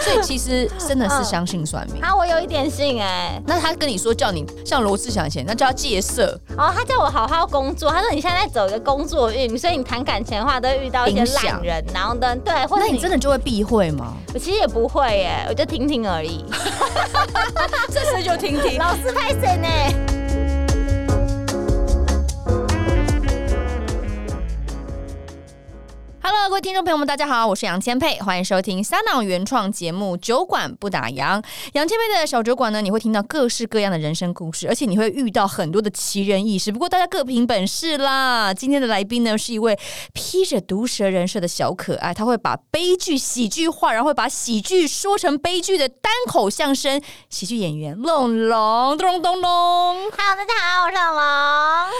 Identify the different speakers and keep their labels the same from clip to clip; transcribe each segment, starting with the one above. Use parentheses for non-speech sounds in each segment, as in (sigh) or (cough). Speaker 1: 所以其实真的是相信算命。
Speaker 2: 啊，我有一点信哎、
Speaker 1: 那他跟你说叫你像罗志祥以前，那叫他戒色
Speaker 2: 哦，他叫我好好工作，他说你现在在走一个工作运，所以你谈感情的话都会遇到一些
Speaker 1: 影响
Speaker 2: 烂人，然后呢，对，或者
Speaker 1: 那你真
Speaker 2: 的，
Speaker 1: 的就会避讳吗？
Speaker 2: 我其实也不会耶、我就听听而已。
Speaker 1: 这次就听听。
Speaker 2: 老师拍谁呢？
Speaker 1: (laughs) Hello，各位听众朋友们，大家好，我是杨千佩，欢迎收听三档原创节目《酒馆不打烊》。杨千佩的小酒馆呢，你会听到各式各样的人生故事，而且你会遇到很多的奇人异事。不过大家各凭本事啦。今天的来宾呢，是一位披着毒蛇人设的小可爱，他会把悲剧喜剧化，然后会把喜剧说成悲剧的单口相声喜剧演员龙龙咚咚咚。
Speaker 2: Hello，大家好，我是老龙。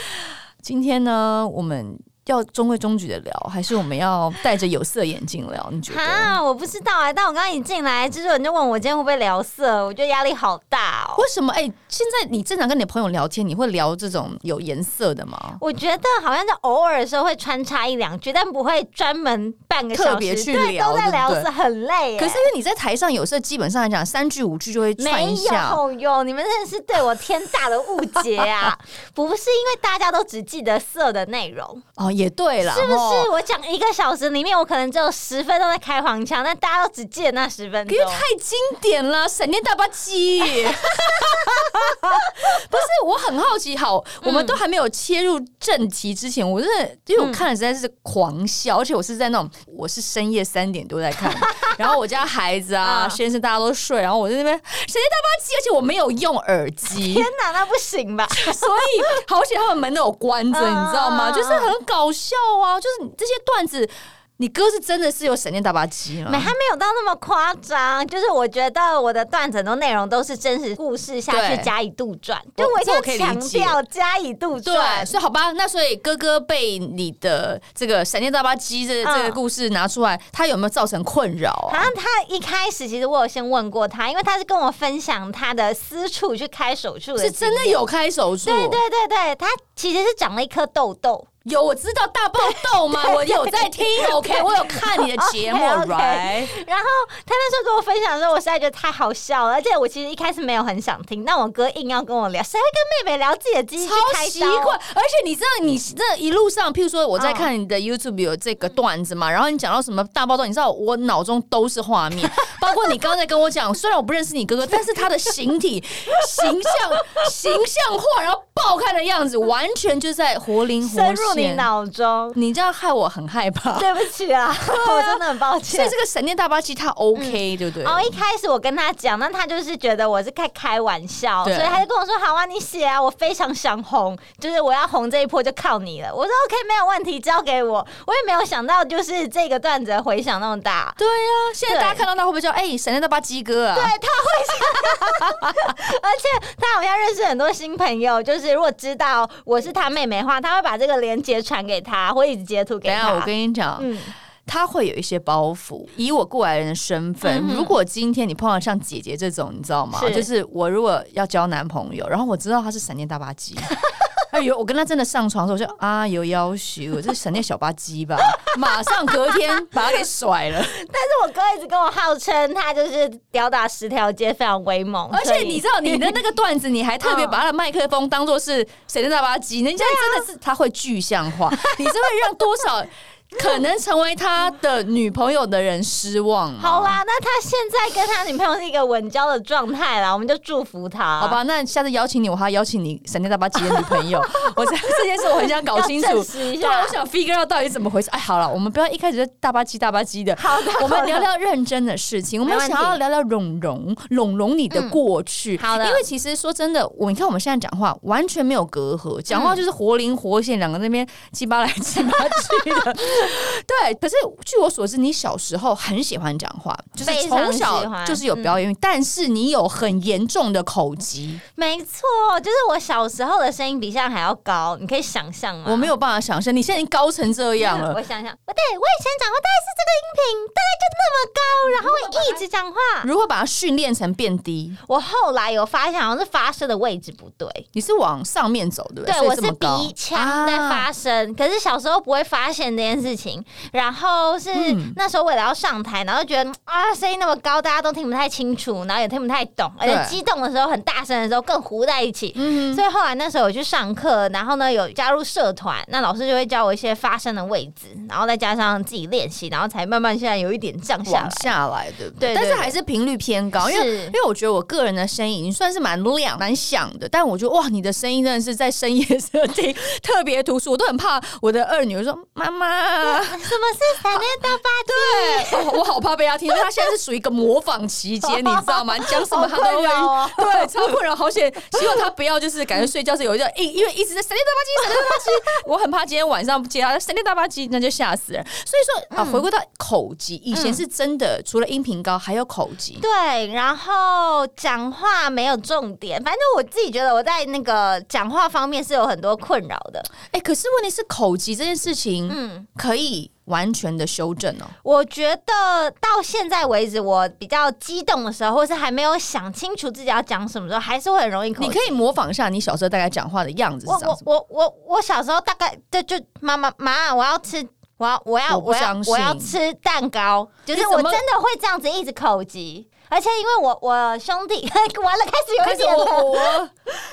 Speaker 1: 今天呢，我们要中规中矩的聊，还是我们要戴着有色眼镜聊？你觉得？
Speaker 2: 啊，我不知道哎、但我刚刚一进来，制作人就问我今天会不会聊色，我觉得压力好大哦。
Speaker 1: 为什么？哎、现在你正常跟你朋友聊天，你会聊这种有颜色的吗？
Speaker 2: 我觉得好像是偶尔的时候会穿插一两句，但不会专门半个小时
Speaker 1: 特别去
Speaker 2: 对，
Speaker 1: 聊
Speaker 2: 都在
Speaker 1: 对
Speaker 2: 聊
Speaker 1: 不对
Speaker 2: 色，很累耶、
Speaker 1: 可是因为你在台上有时候基本上来讲，三句五句就会串
Speaker 2: 没
Speaker 1: 一下。
Speaker 2: 有哟，你们真的是对我天大的误解
Speaker 1: (laughs)
Speaker 2: 啊！不是因为大家都只记得色的内容，
Speaker 1: 哦，也对啦，哦
Speaker 2: 是不
Speaker 1: 吼
Speaker 2: 是？？我讲一个小时里面，我可能只有十分钟在开黄腔，但大家都只记得那十分
Speaker 1: 因
Speaker 2: 钟
Speaker 1: 为。太经典了，《闪电大巴机》 (laughs) 不是，我很好奇。好，我们都还没有切入正题之前，我真的因为我看了实在是狂笑，而且我是在那种我是深夜三点多在
Speaker 2: (laughs)
Speaker 1: 看，然后我家孩子啊、
Speaker 2: 嗯
Speaker 1: 先生大家都睡，然后我在那边《闪电大巴机》，而且我没有用耳机，
Speaker 2: 天哪，那不行吧？
Speaker 1: 所以好险他们门都有关着，
Speaker 2: 嗯
Speaker 1: 你知道吗？
Speaker 2: 嗯
Speaker 1: 就是很搞笑啊，就是你这些段子，你哥是真的是有《闪电大巴机》吗？
Speaker 2: 没，还没有到那么夸张，就是我觉得我的段子很多内容都是真实故事下去
Speaker 1: 对
Speaker 2: 加以杜撰，
Speaker 1: 我
Speaker 2: 就我一
Speaker 1: 这
Speaker 2: 定要
Speaker 1: 我可以
Speaker 2: 强
Speaker 1: 理解
Speaker 2: 调加以杜
Speaker 1: 对，
Speaker 2: 撰。
Speaker 1: 所以好吧，那所以哥哥被你的这个闪电大巴机这
Speaker 2: 嗯
Speaker 1: 这个故事拿出来，他有没有造成困扰
Speaker 2: 好
Speaker 1: 啊？
Speaker 2: 像他一开始其实我有先问过他，因为他是跟我分享他的私处去开手术的
Speaker 1: 是真的有开手术？
Speaker 2: 对对对对，他其实是长了一颗痘 (laughs) 痘。
Speaker 1: 有我知道大爆痘嘛，我有在听，OK，我有看你的节目
Speaker 2: (laughs) 哦 OK，OK
Speaker 1: ，right？
Speaker 2: 然后他那时候跟我分享的时候，我实在觉得太好笑了，而且我其实一开始没有很想听，但我哥硬要跟我聊，谁会跟妹妹聊自己的鸡去
Speaker 1: 超
Speaker 2: 开
Speaker 1: 奇
Speaker 2: 刀？嗯
Speaker 1: 怪，而且你知道，你这一路上，譬如说我在看你的 YouTube 有这个段子嘛，然后你讲到什么大爆痘，你知道我脑中都是画
Speaker 2: (laughs)
Speaker 1: 面，包括你刚才跟我讲，虽然我不认识你哥哥，但是他的形
Speaker 2: (laughs)
Speaker 1: 体、形象、形象化，然后爆开的样子，完全就在活灵活
Speaker 2: 深
Speaker 1: 现。
Speaker 2: 入你脑 (laughs) 中。
Speaker 1: 你这样害我很害怕。
Speaker 2: (laughs) 对不起啊，我真的很抱
Speaker 1: 所以
Speaker 2: 歉。
Speaker 1: 这个闪电大巴机它 OK，、对不对？
Speaker 2: 嗯哦，一开始我跟他讲，那他就是觉得我是在开玩笑，
Speaker 1: 对
Speaker 2: 所以他就跟我说：“好啊，你写啊，我非常想红，就是我要红这一波就靠你了。”我说：“OK，没有问题，交给我。”我也没有想到，就是这个段子的回响那么大。
Speaker 1: 对呀、现在
Speaker 2: 对
Speaker 1: 大家看到他会不会叫哎闪电大巴鸡哥啊？对，
Speaker 2: 而且他好像认识很多新朋友，就是如果知道我是他妹妹的话，他会把这个链接传给他，或一直截图给
Speaker 1: 等一
Speaker 2: 他。
Speaker 1: 下我跟你讲，
Speaker 2: 嗯，
Speaker 1: 他会有一些包袱。以我过来人的身份，如果今天你碰到像姐姐这种，你知道吗？
Speaker 2: 是
Speaker 1: 嗯就是我如果要交男朋友，然后我知道他是闪电大吧 (laughs) 唧。哎呦！我跟他真的上床的时候，我就啊有要求，这是闪电小吧唧 (laughs) 吧，马上隔天把他给甩 (laughs) 了。
Speaker 2: 但是我哥一直跟我号称他就是吊打十条街，非常威猛。
Speaker 1: 而
Speaker 2: 所
Speaker 1: 且
Speaker 2: 以
Speaker 1: 你知道你的那个段子，你还特别把他的麦克风当做是闪电大吧唧，人家真的是他会具象 (laughs) 化，你是会让多少可能成为他的女朋友的人失望啊吗？
Speaker 2: 好啦，那他现在跟他女朋友是一个稳交的状态啦，我们就祝福他，
Speaker 1: 好？吧，那下次邀请你，我还要邀请你闪电大巴姐的女
Speaker 2: (laughs)
Speaker 1: 朋友。我这这件事我很想搞清
Speaker 2: 要
Speaker 1: 楚
Speaker 2: 证，实一
Speaker 1: 对，啊
Speaker 2: 下
Speaker 1: 我想 figure out 到底怎么回事。哎，好了，我们不要一开始就大巴鸡大巴鸡的，
Speaker 2: 好的， (laughs)
Speaker 1: 我们
Speaker 2: 好的
Speaker 1: 聊聊认真的事情。我
Speaker 2: 没
Speaker 1: 们
Speaker 2: 问题嗯
Speaker 1: 想要聊聊蓉蓉，蓉蓉你的过去。
Speaker 2: 好的
Speaker 1: 因为其实说真的，我你看我们现在讲话
Speaker 2: 嗯
Speaker 1: 完全没有隔阂，讲话就是活灵活现，两个那边鸡巴来鸡巴去的。 (laughs) 对，可是据我所知，你小时候很喜欢讲话，就是
Speaker 2: 非常
Speaker 1: 从
Speaker 2: 喜
Speaker 1: 小
Speaker 2: 欢嗯
Speaker 1: 就是有表演欲，但是你有很严重的口疾，
Speaker 2: 没错，就是我小时候的声音比现在还要高，你可以想象吗？
Speaker 1: 我没有办法想象，你现在已经高成这样
Speaker 2: (laughs) 我
Speaker 1: 了。
Speaker 2: 想想，不对，我以前讲话大概是这个音频，大概就那么高，然后我一直讲话。
Speaker 1: 如何把它训练成变低？
Speaker 2: 我后来有发现，好像是发声的位置不对。
Speaker 1: 你是往上面走，对不对？
Speaker 2: 对，
Speaker 1: 所以
Speaker 2: 我
Speaker 1: 这
Speaker 2: 是
Speaker 1: 么高
Speaker 2: 鼻腔在
Speaker 1: 啊
Speaker 2: 发声，可是小时候不会发现这件事情。然后是
Speaker 1: 嗯
Speaker 2: 那时候为了要上台，然后觉得嗯啊声音那么高，大家都听不太清楚，然后也听不太懂，而且
Speaker 1: 对
Speaker 2: 激动的时候很大声的时候更糊在一起。
Speaker 1: 嗯
Speaker 2: 所以后来那时候我去上课，然后呢有加入社团，那老师就会教我一些发声的位置，然后再加上自己练习，然后才慢慢现在有一点降下
Speaker 1: 往
Speaker 2: 来。
Speaker 1: 下来，对不对？
Speaker 2: 对对
Speaker 1: 但是
Speaker 2: 对
Speaker 1: 还是频率偏高，因为
Speaker 2: 是
Speaker 1: 因为我觉得我个人的声音已经算是蛮亮、蛮响的，但我觉得哇，你的声音真的是在深夜设定特别突出，我都很怕我的二女儿说妈妈，
Speaker 2: 什么是闪电到八
Speaker 1: 对， (laughs) 我我好怕被她听，因为她现在是属于一个模仿期间，你知 (laughs) 道吗？你讲什么她都会。
Speaker 2: 哦！
Speaker 1: (laughs) 对，超困扰，好险！希望她不要就是感觉睡觉是有一种，因因为一直在闪电大巴机，闪电大巴机， (laughs) 我很怕今天晚上接她闪电大巴机，那就吓死人。所以说啊，回归到口疾，以前是真的，除了音频高，还有口疾。
Speaker 2: 对，然后讲话没有重点，反正我自己觉得我在那个讲话方面是有很多困扰的。
Speaker 1: 哎、可是问题是口疾这件事情
Speaker 2: 嗯，
Speaker 1: 可以完全的修正哦。
Speaker 2: 我觉得到现在为止，我比较激动的时候，或是还没有想清楚自己要讲什么时候，还是会很容易口
Speaker 1: 你
Speaker 2: 吃
Speaker 1: 可以模仿一下你小时候大概讲话的样子是
Speaker 2: 我
Speaker 1: 长
Speaker 2: 我
Speaker 1: 什么。
Speaker 2: 我我我小时候大概就就妈妈妈，我要吃。我要我要
Speaker 1: 我不
Speaker 2: 我要
Speaker 1: 相信
Speaker 2: 我要吃蛋糕，就是
Speaker 1: 你怎
Speaker 2: 我
Speaker 1: 么
Speaker 2: 真的会这样子一直口急，而且因为我我兄弟 (laughs) 完了开始有
Speaker 1: 开
Speaker 2: 一
Speaker 1: 始
Speaker 2: 点
Speaker 1: 我
Speaker 2: 了，
Speaker 1: 我我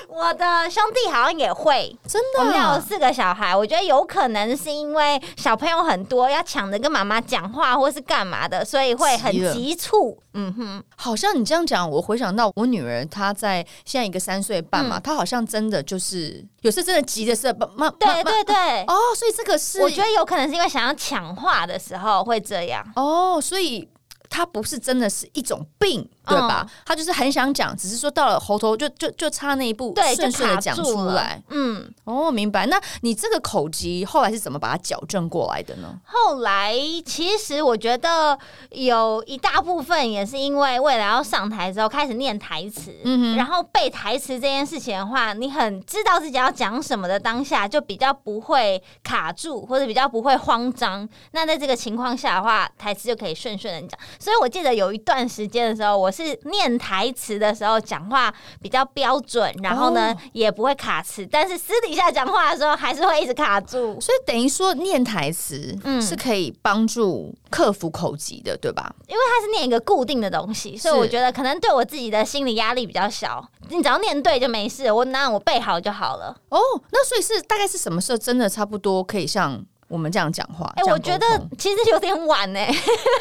Speaker 2: 我的兄弟好像也会，
Speaker 1: (laughs) 真
Speaker 2: 我
Speaker 1: 的
Speaker 2: 们家有
Speaker 1: 啊
Speaker 2: 四个小孩，我觉得有可能是因为小朋友很多，要抢着跟妈妈讲话或是干嘛的，所以会很
Speaker 1: 急了
Speaker 2: 急促。嗯哼，
Speaker 1: 好像你这样讲，我回想到我女儿她在现在一个三岁半
Speaker 2: 嗯
Speaker 1: 嘛，她好像真的就是有时真的急的是妈妈
Speaker 2: 对
Speaker 1: 妈妈
Speaker 2: 对对，
Speaker 1: 哦，所以这个是
Speaker 2: (laughs) 我觉得有可能是因为想要抢话的时候会这样。
Speaker 1: 哦，所以它不是真的是一种病，对吧？
Speaker 2: 嗯
Speaker 1: 她就是很想讲，只是说到了喉头就就就差那一步，
Speaker 2: 对，就
Speaker 1: 顺顺的
Speaker 2: 卡
Speaker 1: 讲
Speaker 2: 住
Speaker 1: 出
Speaker 2: 了
Speaker 1: 来。。
Speaker 2: 嗯，
Speaker 1: 哦，明白。那你这个口疾后来是怎么把它矫正过来的呢？
Speaker 2: 后来，其实我觉得有一大部分也是因为为了要上台之后开始念台词，
Speaker 1: 嗯哼
Speaker 2: 然后背台词这件事情的话，你很知道自己要讲什么的当下，就比较不会卡住，或者比较不会慌张。那在这个情况下的话，台词就可以顺顺的讲。所以我记得有一段时间的时候，我是念台词的时候讲话比较标准，然后呢、
Speaker 1: 哦
Speaker 2: 也不会卡词，但是私底下讲话的时候还是会一直卡住。
Speaker 1: 所以等于说念台词，
Speaker 2: 嗯
Speaker 1: 是可以帮助克服口疾的，对吧？
Speaker 2: 因为它是念一个固定的东西，所以
Speaker 1: 是
Speaker 2: 我觉得可能对我自己的心理压力比较小。你只要念对就没事，我那我背好就好了。
Speaker 1: 哦，那所以是大概是什么时候真的差不多可以像我们这样讲话？
Speaker 2: 哎、
Speaker 1: 这样
Speaker 2: 我觉得
Speaker 1: 沟通
Speaker 2: 其实有点晚呢、 (laughs)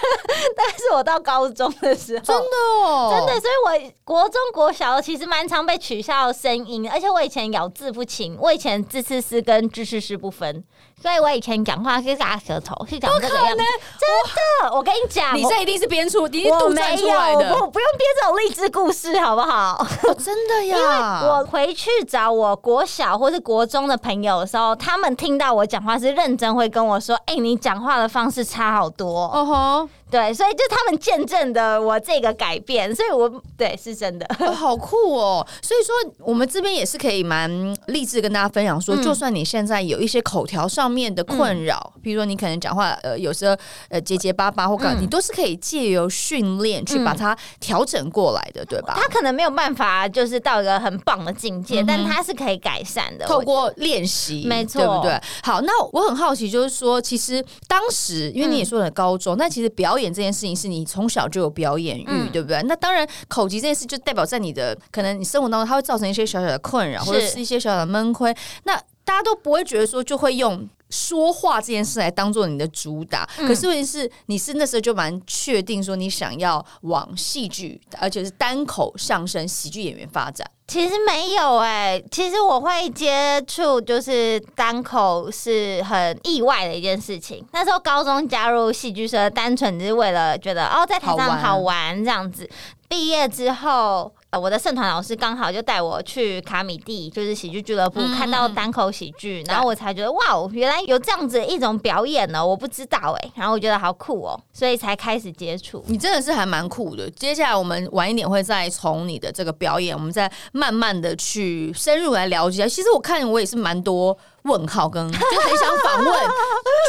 Speaker 2: 但是我到高中的时候，
Speaker 1: 真的哦，
Speaker 2: 真的，所以我国中国小其实蛮常被取笑声音，而且我以前咬字不清，我以前字吃诗跟知识诗不分，所以我以前讲话是大舌头，是长这个样子。真的，我跟你讲，
Speaker 1: 你
Speaker 2: 啊我
Speaker 1: 这一定是编出，你一定
Speaker 2: 我
Speaker 1: 杜
Speaker 2: 没
Speaker 1: 撰出
Speaker 2: 有，
Speaker 1: 来的，
Speaker 2: 我不用编这种励志故事，好不好？
Speaker 1: 哦 (laughs) 真的呀，
Speaker 2: 我回去找我国小或是国中的朋友的时候，他们听到我讲话是认真，会跟我说：“哎、你讲话的方式差好多。
Speaker 1: 哦吼。
Speaker 2: 对，所以就他们见证的我这个改变，所以我对是
Speaker 1: (laughs)
Speaker 2: 真的。
Speaker 1: 哦，好酷哦！所以说，我们这边也是可以蛮励志跟大家分享
Speaker 2: 嗯
Speaker 1: 说，就算你现在有一些口条上面的困扰，比如说你可能讲话呃有时候呃结结巴巴或干嘛，
Speaker 2: 嗯
Speaker 1: 你都是可以借由训练去把它调整过来的，对吧
Speaker 2: 他？可能没有办法，就是到一个很棒的境界，
Speaker 1: 嗯哼
Speaker 2: 但他是可以改善的。
Speaker 1: 透
Speaker 2: 我
Speaker 1: 过练习，
Speaker 2: 没错
Speaker 1: 对不对？好，那我很好奇，就是说，其实当时因为你
Speaker 2: 嗯
Speaker 1: 也说了高中，那、其实表演这件事情是你从小就有表演欲，
Speaker 2: 嗯
Speaker 1: 对不对？那当然，口疾这件事就代表在你的可能你生活当中，它会造成一些小小的困扰，
Speaker 2: 是
Speaker 1: 或者是一些小小的闷亏。那大家都不会觉得说就会用。说话这件事来当做你的主打，
Speaker 2: 嗯
Speaker 1: 可是问题是，你是那时候就蛮确定说你想要往戏剧，而且是单口相声喜剧演员发展。
Speaker 2: 其实没有哎、其实我会接触就是单口是很意外的一件事情。那时候高中加入戏剧社，单纯只是为了觉得哦，在台
Speaker 1: 好
Speaker 2: 上
Speaker 1: 玩
Speaker 2: 好玩这样子。毕业之后。呃，我的社团老师刚好就带我去卡米蒂，就是喜剧俱乐部，
Speaker 1: 嗯
Speaker 2: 看到
Speaker 1: 嗯嗯
Speaker 2: 单口喜剧，然后我才觉得哇，哦，原来有这样子一种表演呢、我不知道哎、然后我觉得好酷哦、所以才开始接触。
Speaker 1: 你真的是还蛮酷的。接下来我们晚一点会再从你的这个表演，我们再慢慢的去深入来了解。其实我看我也是蛮多问号跟， (laughs) 就很想访问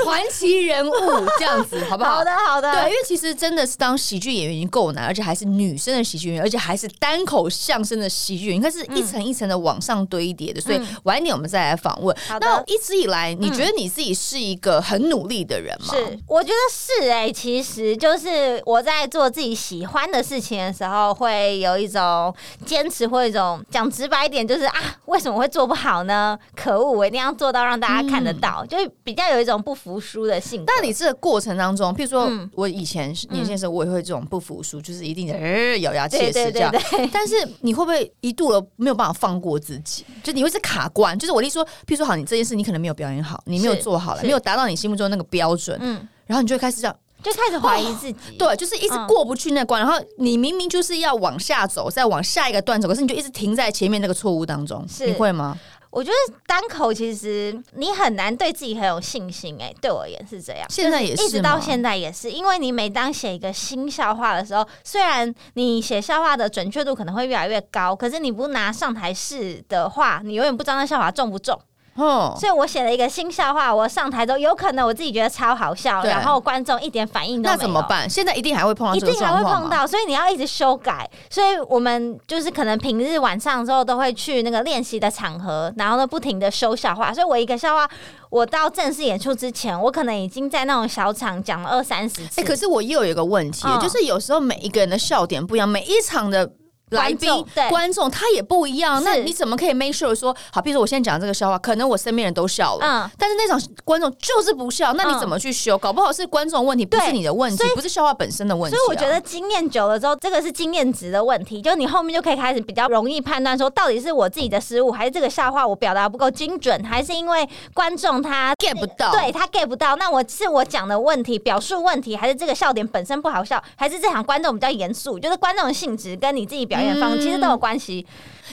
Speaker 1: 传奇人物这样子，好不好？
Speaker 2: 好的，好的，
Speaker 1: 对，因为其实真的是当喜剧演员已经够难，而且还是女生的喜剧演员，而且还是单口相声的喜剧演员，应该是一层一层的往上堆叠的。所以
Speaker 2: 嗯
Speaker 1: 晚一点我们再来访问。
Speaker 2: 好的嗯
Speaker 1: 那一直以来，你觉得你自己是一个很努力的人吗？
Speaker 2: 是，我觉得是哎、其实就是我在做自己喜欢的事情的时候，会有一种坚持，或一种讲直白一点，就是啊，为什么会做不好呢？可恶，我一定要做到让大家看得
Speaker 1: 嗯
Speaker 2: 到，就是比较有一种不服输的性格。
Speaker 1: 但你这个过程当中，譬如说
Speaker 2: 嗯
Speaker 1: 我以前是年轻的时候，我也会这种不服输，就是一定的、呃、咬牙切
Speaker 2: 对
Speaker 1: 齿
Speaker 2: 对
Speaker 1: 这
Speaker 2: 对
Speaker 1: 样。
Speaker 2: 对，
Speaker 1: 但是你会不会一度了没有办法放过自己？就你会是卡关，就是我一说，譬如说好，你这件事你可能没有表演好，你没有
Speaker 2: 是
Speaker 1: 做好了，
Speaker 2: 是
Speaker 1: 没有达到你心目中那个标准，
Speaker 2: 嗯，
Speaker 1: 然后你就会开始这样。
Speaker 2: 就开始怀疑自己。
Speaker 1: 对，就是一直
Speaker 2: 嗯
Speaker 1: 过不去那关，然后你明明就是要往下走，再往下一个段走，可是你就一直停在前面那个错误当中，
Speaker 2: 是
Speaker 1: 你会吗？
Speaker 2: 我觉得单口其实你很难对自己很有信心、哎，对我而言是这样。
Speaker 1: 现在也是吗
Speaker 2: 一直到现在也是，因为你每当写一个新笑话的时候，虽然你写笑话的准确度可能会越来越高，可是你不拿上台试的话，你永远不知道那笑话中不中。
Speaker 1: 哦，
Speaker 2: 所以我写了一个新笑话，我上台之后，有可能我自己觉得超好笑，
Speaker 1: 对
Speaker 2: 然后观众一点反应都没有。
Speaker 1: 那怎么？办？现在一定还会碰到
Speaker 2: 一
Speaker 1: 哦这个
Speaker 2: 定还会
Speaker 1: 状况
Speaker 2: 碰
Speaker 1: 吗？
Speaker 2: 到，所以你要一直修改。所以我们就是可能平日晚上之后都会去那个练习的场合，然后呢不停的修笑话。所以我一个笑话，我到正式演出之前，我可能已经在那种小场讲了二三十次。
Speaker 1: 哎、可是我又有一个问题，
Speaker 2: 嗯
Speaker 1: 就是有时候每一个人的笑点不一样，每一场的。来宾
Speaker 2: 观众对
Speaker 1: 观众他也不一样，
Speaker 2: 是
Speaker 1: 那你怎么可以 make sure 说好？比如说我现在讲这个笑话，可能我身边人都笑了，
Speaker 2: 嗯
Speaker 1: 但是那场观众就是不笑，那你
Speaker 2: 嗯
Speaker 1: 怎么去修？搞不好是观众问题，不是
Speaker 2: 对
Speaker 1: 你的问题
Speaker 2: 所，以
Speaker 1: 不是笑话本身的问题、啊
Speaker 2: 所以我觉，得经验久了之后，这个是经验值的问题，就你后面就可以开始比较容易判断说，到底是我自己的失误，还是这个笑话我表达不够精准，还是因为观众他
Speaker 1: get 不到
Speaker 2: 对他 get 不到，那我是我讲的问题，表述问题，还是这个笑点本身不好笑，还是这场观众比较严肃，就是观众的性质跟你自己表演方、
Speaker 1: 嗯
Speaker 2: 其实都有关系。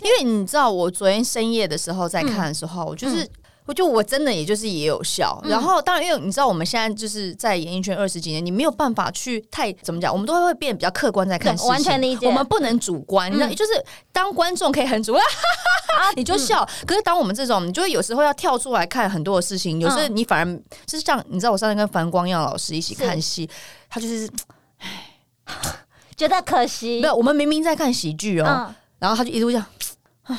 Speaker 1: 因为你知道，我昨天深夜的时候
Speaker 2: 嗯
Speaker 1: 在看的时候，我就是。我就我真的也就是也有笑，
Speaker 2: 嗯
Speaker 1: 然后当然因为你知道我们现在就是在演艺圈二十几年，你没有办法去太怎么讲，我们都会变比较客观在看
Speaker 2: 对
Speaker 1: 事情，
Speaker 2: 完全理解
Speaker 1: 我们不能主观，你知道，
Speaker 2: 嗯啊
Speaker 1: 就是当观众可以很主观，你就笑，可是当我们这种，你就会有时候要跳出来看很多的事情，有时
Speaker 2: 嗯
Speaker 1: 候你反而就是像你知道，我上次跟樊光耀老师一起
Speaker 2: 是
Speaker 1: 看戏，他就是
Speaker 2: 觉得可惜
Speaker 1: 没，有，我们明明在看喜剧哦，
Speaker 2: 嗯，
Speaker 1: 然后他就一路这样，唉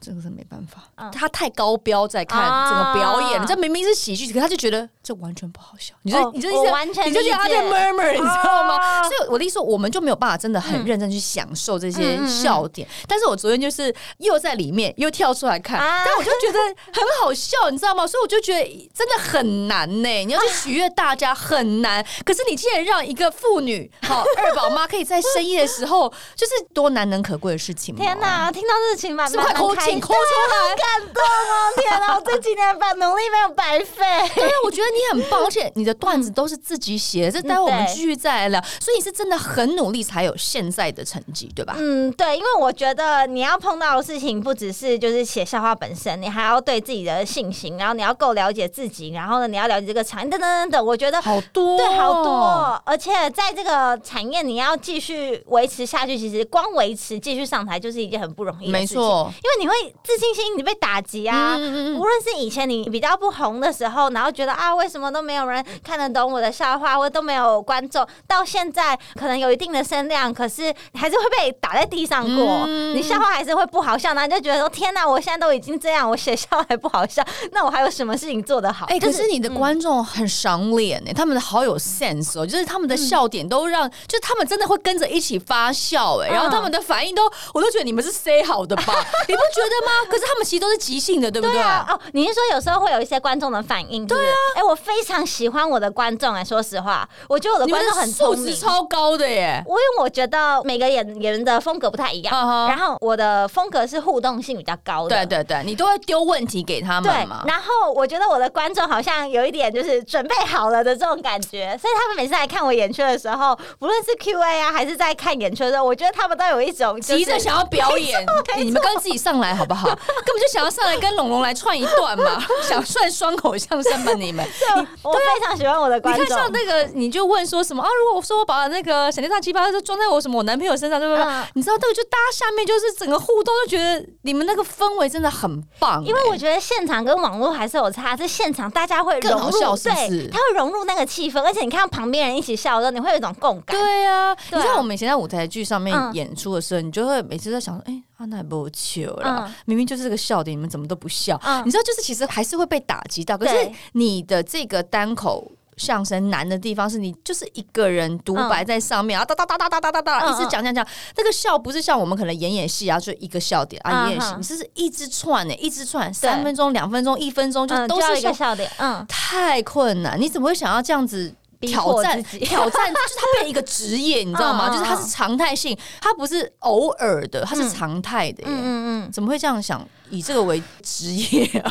Speaker 1: 这个是没办法，
Speaker 2: 嗯
Speaker 1: 他太高标在看整个表演，
Speaker 2: 啊
Speaker 1: 这明明是喜剧，可是他就觉得这完全不好笑，你就、
Speaker 2: 哦
Speaker 1: 你就
Speaker 2: 我
Speaker 1: 一
Speaker 2: 完
Speaker 1: 直
Speaker 2: 全
Speaker 1: 你就觉得他在
Speaker 2: 理解
Speaker 1: murmur，你知道吗？
Speaker 2: 啊
Speaker 1: 所以我的意思说，我们就没有办法真的很
Speaker 2: 嗯
Speaker 1: 认真去享受这
Speaker 2: 嗯
Speaker 1: 些
Speaker 2: 嗯嗯
Speaker 1: 笑点。但是我昨天就是又在里面又跳出来看，
Speaker 2: 啊
Speaker 1: 但我就觉得很好笑，你知道吗？所以我就觉得真的很难呢、你要
Speaker 2: 哎
Speaker 1: 去取悦大家很难。可是你竟然让一个妇女，好二宝妈，可以在深夜的时候，就是多难能可贵的事情。
Speaker 2: 天！哪，听到这情蛮
Speaker 1: 是不是快
Speaker 2: 蛮
Speaker 1: 哭
Speaker 2: 开
Speaker 1: 请
Speaker 2: 心啊
Speaker 1: 哭出来？
Speaker 2: 感动哦！天哪，我这几年把努力没有白费。
Speaker 1: 对啊，我觉得你很棒，而且你的段子都是自己写的，这待会我们
Speaker 2: 嗯对
Speaker 1: 继续再来聊。所以你是真的很努力才有现在的成绩，对吧？
Speaker 2: 嗯，对，因为我觉得你要碰到的事情不只是就是写笑话本身，你还要对自己的信心，然后你要够了解自己，然后呢，你要了解这个产业，等等等等。我觉得
Speaker 1: 好多哦
Speaker 2: 对，好多哦，而且在这个产业，你要继续维持下去，其实光维持继续上台就是一件很不容易的
Speaker 1: 没
Speaker 2: 事情。
Speaker 1: 错，
Speaker 2: 因为你会自信心你被打击啊。
Speaker 1: 嗯嗯嗯
Speaker 2: 无论是以前你比较不红的时候，然后觉得啊，为什么都没有人看得懂我的笑话，我都没有观众，到现在可能有一定的声量，可是你还是会被打在地上过，
Speaker 1: 嗯
Speaker 2: 你笑话还是会不好笑，然后你就觉得说天哪，我现在都已经这样，我写笑话还不好笑，那我还有什么事情做得好？
Speaker 1: 哎、可
Speaker 2: 就是嗯
Speaker 1: 你的观众很赏脸欸呢，他们好有 sense 哦，就是他们的笑点都让，就是他们真的会跟着一起发笑哎、
Speaker 2: 嗯 (laughs)
Speaker 1: 然后他们的反应都，我都觉得你们是 say 好的吧？你不觉得的吗？可是他们其实都是即兴的，对不对？
Speaker 2: 对啊，哦，你是说有时候会有一些观众的反应？对啊，哎、我非常喜欢我的观众哎、说实话，我觉得我的
Speaker 1: 你们
Speaker 2: 观众
Speaker 1: 的
Speaker 2: 很
Speaker 1: 素
Speaker 2: 聪
Speaker 1: 质
Speaker 2: 明。
Speaker 1: 超高的耶。
Speaker 2: 我因为我觉得每个演演员的风格不太一样
Speaker 1: 嗯哼
Speaker 2: 然后我的风格是互动性比较高的，
Speaker 1: 对对对，你都会丢问题给他
Speaker 2: 对
Speaker 1: 们嘛，？
Speaker 2: 然后我觉得我的观众好像有一点就是准备好了的这种感觉，所以他们每次来看我演出的时候，不论是 Q A 啊，还是在看演出的时候，我觉得他们都有一种就是
Speaker 1: 急着想要表演，
Speaker 2: 错
Speaker 1: 哎你们刚自己上来好不好？根本就想要上来跟龙龙来串一段
Speaker 2: (laughs)
Speaker 1: 嘛，想串双口相声吧你们。
Speaker 2: 对，我非常喜欢我的
Speaker 1: 你
Speaker 2: 观
Speaker 1: 看
Speaker 2: 众。
Speaker 1: 像那个，你就问说什么啊？如果我说我把那个闪电大鸡巴就装在我什么我男朋友身上，对不对？
Speaker 2: 嗯
Speaker 1: 你知道那个就大家下面就是整个互动，就觉得你们那个氛围真的很棒、欸
Speaker 2: 因为我觉得现场跟网络还是有差，是现场大家会
Speaker 1: 更
Speaker 2: 融
Speaker 1: 好
Speaker 2: 入，
Speaker 1: 笑是不是
Speaker 2: 对，他会融入那个气氛，而且你看到旁边人一起笑的时候，你会有一种共感。
Speaker 1: 对啊，
Speaker 2: 对
Speaker 1: 你知道
Speaker 2: 啊
Speaker 1: 我们以前在舞台剧上面
Speaker 2: 嗯
Speaker 1: 演出的时候，你就会每次在想说，哎、阿奶不球啦，
Speaker 2: 嗯
Speaker 1: 明明就是这个笑点，你们怎么都不笑？
Speaker 2: 嗯
Speaker 1: 你知道，就是其实还是会被打击到，可是
Speaker 2: 对
Speaker 1: 你的这个单口。相声难的地方是你就是一个人独白在上面，然后哒哒哒哒哒哒哒哒，
Speaker 2: 嗯
Speaker 1: 一直讲讲讲。这个笑不是像我们可能演演戏啊，就一个笑点啊
Speaker 2: 嗯
Speaker 1: 演演戏，
Speaker 2: 嗯
Speaker 1: 你这是一直串欸呢，一直串，三分钟、两分钟、一分钟，就
Speaker 2: 嗯，
Speaker 1: 都
Speaker 2: 就是要一
Speaker 1: 笑
Speaker 2: 个笑点，嗯，
Speaker 1: 太困难，你怎么会想要这样子
Speaker 2: 逼
Speaker 1: 挑
Speaker 2: 迫
Speaker 1: 战
Speaker 2: 自己
Speaker 1: (laughs) 挑战？就是它变成一个职业，你知道吗？
Speaker 2: (laughs) 嗯嗯
Speaker 1: 就是它是常态性，它不是偶尔的，它是
Speaker 2: 嗯
Speaker 1: 常态的耶。
Speaker 2: 嗯嗯
Speaker 1: 怎么会这样想？以这个为职业啊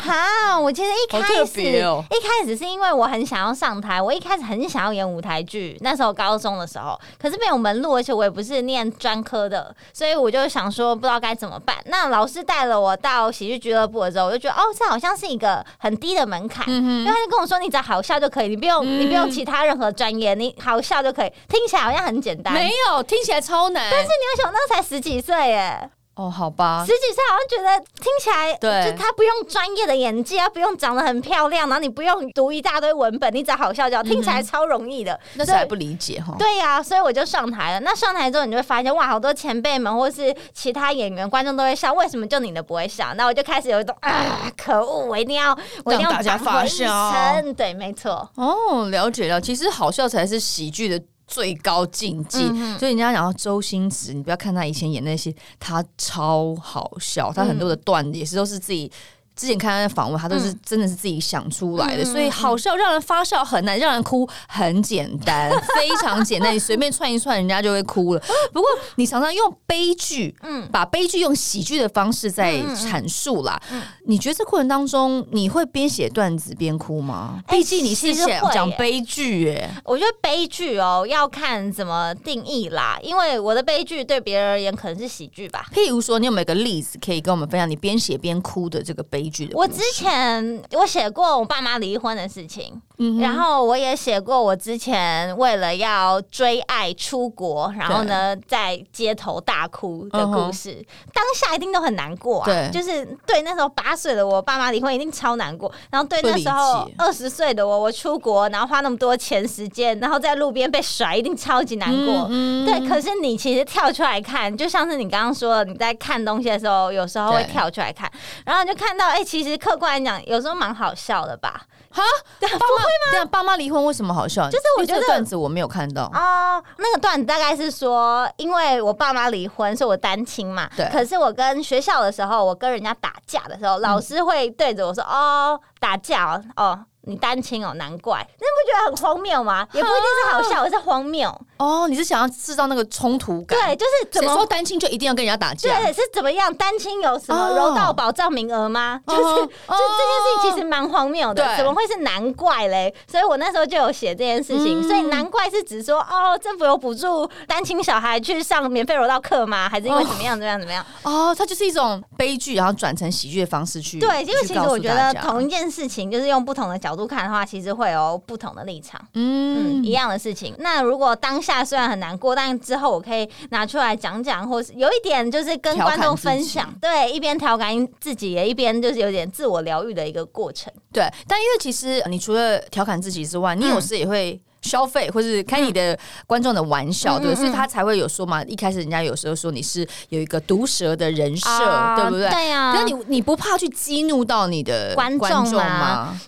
Speaker 2: (laughs) 嗯。？好，我其实一
Speaker 1: 好
Speaker 2: 开
Speaker 1: 特
Speaker 2: 始、
Speaker 1: 别哦
Speaker 2: 一开始是因为我很想要上台，我一开始很想要演舞台剧，那时候高中的时候，可是没有门路，而且我也不是念专科的，所以我就想说不知道该怎么办。那老师带了我到喜剧俱乐部的时候，我就觉得哦，这好像是一个很低的门槛，
Speaker 1: 嗯
Speaker 2: 因为他就跟我说你只要好笑就可以，你不用、你不用其他任何专业，你好笑就可以，听起来好像很简单。
Speaker 1: 没
Speaker 2: 你
Speaker 1: 有，听起来超难。但是
Speaker 2: 为什么那时候才十几岁耶？
Speaker 1: 哦，好吧
Speaker 2: 十，几岁好像觉得听起来，
Speaker 1: 对
Speaker 2: 就他不用专业的演技，他不用长得很漂亮，然后你不用读一大堆文本，你只要好笑就好，听起来超容易的。
Speaker 1: 嗯那时候还不理解哈。
Speaker 2: 对呀、所以我就上台了。那上台之后，你就会发现，哇，好多前辈们或是其他演员、观众都会笑，为什么就你的不会笑？那我就开始有一种啊，可恶，我一定要，我一定要
Speaker 1: 让大家
Speaker 2: 扳回
Speaker 1: 发
Speaker 2: 一
Speaker 1: 笑
Speaker 2: 城对，没错。
Speaker 1: 哦，了解了。其实好笑才是喜剧的最高境界。
Speaker 2: 嗯
Speaker 1: 所以人家讲到周星驰，你不要看他以前演那些，他超好笑，他很多的段子也是都是自己。之前看他的访问，他都是真的是自己想出来的，
Speaker 2: 嗯嗯嗯
Speaker 1: 所以好笑让人发笑很难，让人哭很简单，
Speaker 2: (laughs)
Speaker 1: 非常简单，你随便串一串，人家就会哭了。不过你常常用悲剧，嗯
Speaker 2: 嗯，
Speaker 1: 把悲剧用喜剧的方式在阐述啦。
Speaker 2: 嗯
Speaker 1: 你觉得这过程当中，你会边写段子边哭吗？
Speaker 2: 哎
Speaker 1: 毕竟你是
Speaker 2: 其实
Speaker 1: 写
Speaker 2: 会
Speaker 1: 讲
Speaker 2: 耶
Speaker 1: 悲剧耶、
Speaker 2: 我觉得悲剧哦，要看怎么定义啦，因为我的悲剧对别人而言可能是喜剧吧。
Speaker 1: 譬如说，你有没有一个例子可以跟我们分享你边写边哭的这个悲剧的故
Speaker 2: 我
Speaker 1: 事？
Speaker 2: 之前我写过我爸妈离婚的事情，
Speaker 1: 嗯
Speaker 2: 然后我也写过我之前为了要追爱出国，然后呢在街头大哭的故事。当下一定都很难过啊，
Speaker 1: 嗯对
Speaker 2: 就是对那时候八岁的我爸妈离婚一定超难过，然后对那时候
Speaker 1: 不
Speaker 2: 二十岁的我，我出国然后花那么多钱时间，然后在路边被甩，一定超级难过。
Speaker 1: 嗯
Speaker 2: 对，可是你其实跳出来看，就像是你刚刚说的，你在看东西的时候，有时候会
Speaker 1: 对
Speaker 2: 跳出来看，然后你就看到，哎、其实客观来讲，有时候蛮好笑的吧？
Speaker 1: 哈，爸妈这样爸妈离婚为什么好笑？就是
Speaker 2: 我觉得
Speaker 1: 段子我没有看到，
Speaker 2: 哦，那个段子大概是说，因为我爸妈离婚，所以我单亲嘛。
Speaker 1: 对嗯
Speaker 2: 可是我跟学校的时候，我跟人家打架的时候，老师会对着我说：“哦，打架哦，哦，你单亲哦，难怪。”那不觉得很荒谬吗？也不一定是
Speaker 1: (laughs)
Speaker 2: 好笑，而是荒谬。
Speaker 1: 哦，你是想要制造那个冲突感？
Speaker 2: 对，，就是怎
Speaker 1: 谁
Speaker 2: 么
Speaker 1: 说单亲就一定要跟人家打架？
Speaker 2: 对，是怎么样？单亲有什么
Speaker 1: 哦
Speaker 2: 柔道保障名额吗？就是、
Speaker 1: 哦
Speaker 2: 就这件事情其实蛮荒谬的
Speaker 1: 对，
Speaker 2: 怎么会是难怪嘞？所以我那时候就有写这件事情，
Speaker 1: 嗯
Speaker 2: 所以难怪是指说哦，政府有补助单亲小孩去上免费柔道课吗？还是因为怎么样怎么样怎么样？
Speaker 1: 哦，它就是一种悲剧，然后转成喜剧的方式去
Speaker 2: 对，因为
Speaker 1: 嗯去
Speaker 2: 其实
Speaker 1: 告诉
Speaker 2: 我觉
Speaker 1: 大
Speaker 2: 得
Speaker 1: 家
Speaker 2: 同一件事情，就是用不同的角度看的话，其实会有不同的立场。嗯，一样的事情。那如果当下虽然很难过，但之后我可以拿出来讲讲，或是有一点就是跟
Speaker 1: 调侃
Speaker 2: 观众
Speaker 1: 自己
Speaker 2: 分享，对，一边调侃自己，也一边就是有点自我疗愈的一个过程。嗯
Speaker 1: 对，但因为其实你除了调侃自己之外，你有时也会消费，或是开你的观众的玩笑，
Speaker 2: 嗯
Speaker 1: 对不对，所以他才会有说嘛，一开始人家有时候说你是有一个毒舌的人设，
Speaker 2: 啊
Speaker 1: 对不对？
Speaker 2: 对呀
Speaker 1: 那你你不怕去激怒到你的
Speaker 2: 观众
Speaker 1: 众
Speaker 2: 吗
Speaker 1: 吗？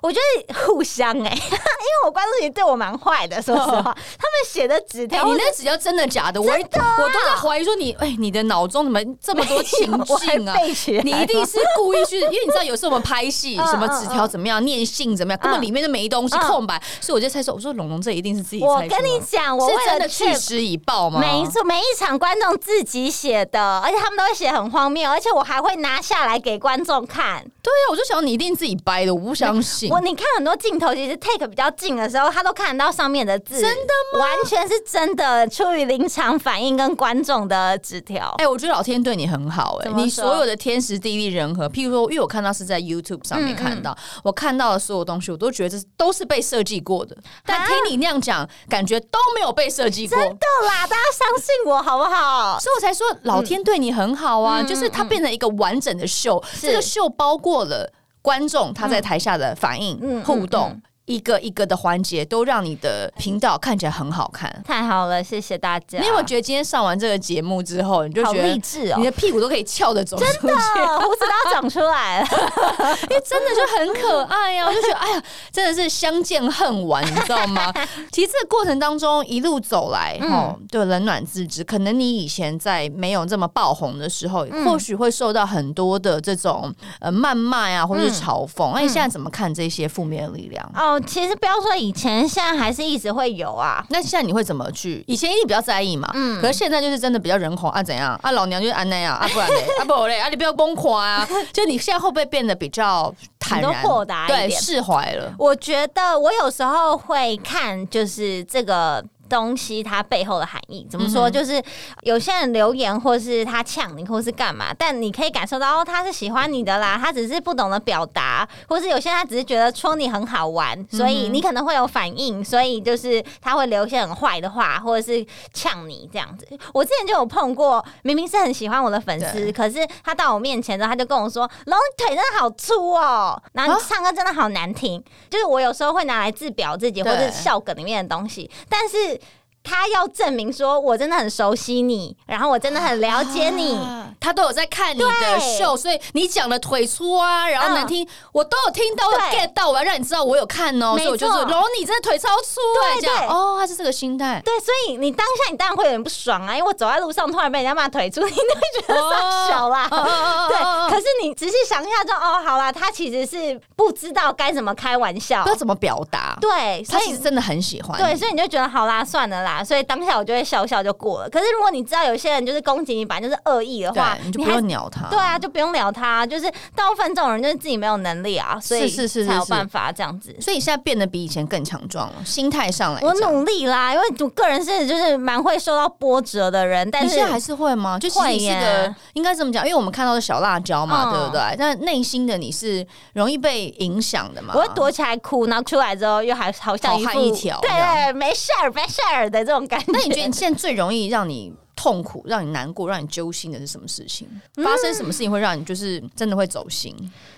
Speaker 2: 我觉得互相哎、 (laughs) 因为我观众也对我蛮坏的，说
Speaker 1: (laughs)
Speaker 2: 实话，他们写的纸
Speaker 1: 哎、
Speaker 2: 条
Speaker 1: 你
Speaker 2: 或者
Speaker 1: 那纸条真的假的？我我
Speaker 2: 啊
Speaker 1: 都在怀疑说你，哎、你的脑中怎么这么多情
Speaker 2: (laughs) 我还
Speaker 1: 境啊？
Speaker 2: 背起来
Speaker 1: 你一定是故意去，因为你知道有时候我们拍戏，
Speaker 2: (laughs) 嗯
Speaker 1: 什么纸条怎么样，念信怎么样，根本
Speaker 2: 嗯
Speaker 1: 里面就没东西，
Speaker 2: 嗯
Speaker 1: 空白，所以我就猜说，我说龙龙这一定是自己
Speaker 2: 我
Speaker 1: 猜出来
Speaker 2: 跟你讲，我为
Speaker 1: 是真
Speaker 2: 了
Speaker 1: 的
Speaker 2: 确
Speaker 1: 据实以报吗？
Speaker 2: 没，错，每一场观众自己写的，而且他们都会写很荒谬，而且我还会拿下来给观众看。
Speaker 1: 对啊，我就想你一定自己掰的，我不相信
Speaker 2: 我。你看很多镜头，其实 take 比较近的时候，他都看得到上面的字，真的吗？完全是真的，出于临场反应跟观众的纸条。
Speaker 1: 哎、我觉得老天对你很好、哎，
Speaker 2: 怎么
Speaker 1: 你
Speaker 2: 说
Speaker 1: 所有的天时地利人和，譬如说，因为我看到是在 YouTube 上
Speaker 2: 嗯
Speaker 1: 面看到，我看到的所有东西，我都觉得这都是被设计过的。但听
Speaker 2: 啊
Speaker 1: 你那样讲，感觉都没有被设计过，所
Speaker 2: 够啦，大家相信我好不好？
Speaker 1: 以我才说老天对你很好啊，
Speaker 2: 嗯
Speaker 1: 就是它变成一个完整的秀，
Speaker 2: 是嗯
Speaker 1: 这个秀包括了观众他在台下的反应、
Speaker 2: 嗯嗯
Speaker 1: 互动。
Speaker 2: 嗯
Speaker 1: 一个一个的环节都让你的频道看起来很好看。
Speaker 2: 太好了，谢谢大家。
Speaker 1: 你有没有觉得今天上完这个节目之后，你就
Speaker 2: 啊好
Speaker 1: 觉得
Speaker 2: 励志哦
Speaker 1: 你的屁股都可以翘着走出去？
Speaker 2: 哦胡子都要长出来了， (laughs)
Speaker 1: 因为真的就很可爱呀、我就觉得哎呀，真的是相见恨晚，你知道
Speaker 2: (laughs)
Speaker 1: 吗？其实这个过程当中一路走来，
Speaker 2: 嗯
Speaker 1: 哦，对，冷暖自知。可能你以前在没有这么爆红的时候，
Speaker 2: 嗯
Speaker 1: 或许会受到很多的这种呃谩骂啊，或者是
Speaker 2: 嗯
Speaker 1: 嘲讽。那、你现在怎么看这些负面的力量？
Speaker 2: 哦，其实不要说以前，现在还是一直会有啊。
Speaker 1: 那现在你会怎么去？以前一定比较在意嘛，
Speaker 2: 嗯
Speaker 1: 可是现在就是真的比较人红啊，怎样啊？老娘就是安那样啊，不
Speaker 2: (laughs)
Speaker 1: 然嘞，啊不然嘞，啊你不要崩溃啊！就你现在会不会变得比较坦然、
Speaker 2: 你都豁达一
Speaker 1: 对，
Speaker 2: 点
Speaker 1: 释怀了？
Speaker 2: 我觉得我有时候会看，就是这个。东西它背后的含义怎么说？
Speaker 1: 嗯哼
Speaker 2: 就是有些人留言，或是他呛你，或是干嘛，但你可以感受到哦，他是喜欢你的啦，他只是不懂得表达，或是有些人他只是觉得戳你很好
Speaker 1: 嗯
Speaker 2: 玩，所以你可能会有反应，所以就是他会留一些很坏的话，或者是呛你这样子。我之前就有碰过，明明是很喜欢我的粉丝，
Speaker 1: 对
Speaker 2: 可是他到我面前之后，他就跟我说：“龙，你腿真的好粗哦，然后你
Speaker 1: 啊
Speaker 2: 唱歌真的好难听。”就是我有时候会拿来自表自己，或
Speaker 1: 对
Speaker 2: 者是笑梗里面的东西，但是他要证明说我真的很熟悉你，然后我真的很了解你。
Speaker 1: 啊他都有在看你的
Speaker 2: 对嗯
Speaker 1: 秀，所以你讲的腿粗啊，然后难听，我都有听到，我有
Speaker 2: 对
Speaker 1: get 到，我要让你知道我有看哦，
Speaker 2: 没
Speaker 1: 所以我就是
Speaker 2: 错
Speaker 1: 龙，你真的腿超粗啊，
Speaker 2: 对
Speaker 1: 这样
Speaker 2: 对
Speaker 1: 哦，他是这个心态。
Speaker 2: 对，所以你当下你当然会有点不爽啊，因为我走在路上突然被人家骂腿粗，你就会觉得上小啦。
Speaker 1: 哦哦哦哦
Speaker 2: (laughs) 对，
Speaker 1: 哦
Speaker 2: 可是你仔细想一下就，哦，好啦，他其实是不知道该怎么开玩笑
Speaker 1: 不知，道怎么表达，
Speaker 2: 对，
Speaker 1: 他
Speaker 2: 所
Speaker 1: 其
Speaker 2: 以
Speaker 1: 实真的很喜欢你。
Speaker 2: 对，所以你就觉得好啦，算了啦，所以当下我就会笑笑就过了。可是如果你知道有些人就是攻击你，本来就是恶意的话，
Speaker 1: 对，你就不
Speaker 2: 还
Speaker 1: 用鸟他。
Speaker 2: 对啊，就不用聊他，就是大部分这种人就是自己没有能力啊，所以
Speaker 1: 是是是是
Speaker 2: 才有办法这样子。
Speaker 1: 所以你现在变得比以前更强壮了，心态上来讲。
Speaker 2: 我努力啦，因为我个人是就是蛮会受到波折的人，但
Speaker 1: 你
Speaker 2: 是
Speaker 1: 现在还是会吗？就其实你是
Speaker 2: 会
Speaker 1: 个
Speaker 2: 耶
Speaker 1: 应该这么讲，因为我们看到的小辣椒嘛，
Speaker 2: 嗯
Speaker 1: 对不对？但内心的你是容易被影响的嘛？
Speaker 2: 我会躲起来哭，然后出来之后又还好像
Speaker 1: 好
Speaker 2: 一
Speaker 1: 汉
Speaker 2: 副
Speaker 1: 一条
Speaker 2: 对
Speaker 1: 这样
Speaker 2: 对，没事儿没事儿的这种感觉。
Speaker 1: (laughs) 那你觉得你现在最容易让你痛苦、让你难过、让你揪心的是什么事情？
Speaker 2: 嗯
Speaker 1: 发生什么事情会让你就是真的会走心？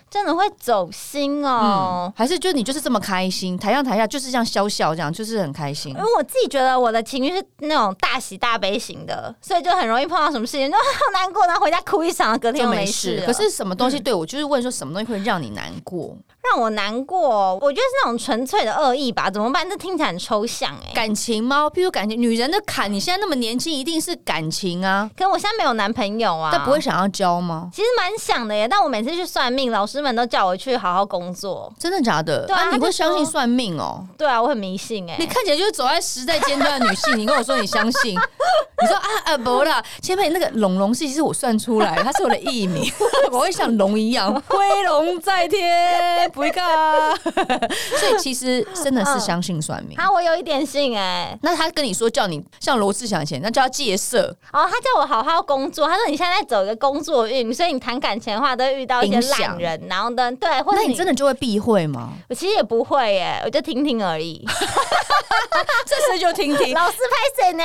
Speaker 2: 真的会走心哦
Speaker 1: 嗯？，还是就你就是这么开心，台上台下就是这样笑笑，这样就是很开心
Speaker 2: 因。为我自己觉得我的情绪是那种大喜大悲型的，所以就很容易碰到什么事情就好难过，然后回家哭一场，隔天
Speaker 1: 就
Speaker 2: 又
Speaker 1: 没
Speaker 2: 没
Speaker 1: 事
Speaker 2: 事。，嗯
Speaker 1: 可是什么东西对我就是问说什么东西会让你难过？
Speaker 2: 让我难过，我觉得是那种纯粹的恶意吧？怎么办？这听起来很抽象哎、
Speaker 1: 感情吗？譬如感情，女人的坎，你现在那么年轻，一定是感情啊。
Speaker 2: 可我现在没有男朋友啊，
Speaker 1: 但不会。想要交吗？
Speaker 2: 其实蛮想的耶，但我每次去算命，老师们都叫我去好好工作。
Speaker 1: 真的假的？
Speaker 2: 对啊
Speaker 1: 你
Speaker 2: 他
Speaker 1: 会
Speaker 2: 就
Speaker 1: 相信
Speaker 2: 说
Speaker 1: 算命哦？
Speaker 2: 对啊，我很迷信哎
Speaker 1: (laughs) 你。看起来就是走在时代尖端的女性，你跟我说你相信， (laughs) 你说啊啊不啦，前面那个龙龙是其实我算出来，它是我的艺名， (laughs) 我会像龙一 (laughs) 样飞龙在天，不会嘎。 (laughs) 所以其实真的是相信算命。
Speaker 2: 啊，我有一点信哎、
Speaker 1: 那他跟你说叫你像罗志祥以前，那叫他戒色，
Speaker 2: 哦，他叫我好好工作，他说你现在在走一个工作运，所以你谈感情的话都会遇到一些
Speaker 1: 影响
Speaker 2: 烂人，然后呢，对，或者
Speaker 1: 那你真的就会避讳吗？
Speaker 2: 我其实也不会耶，我就听听而已。
Speaker 1: (laughs) 这次就听听。
Speaker 2: 老师拍谁呢？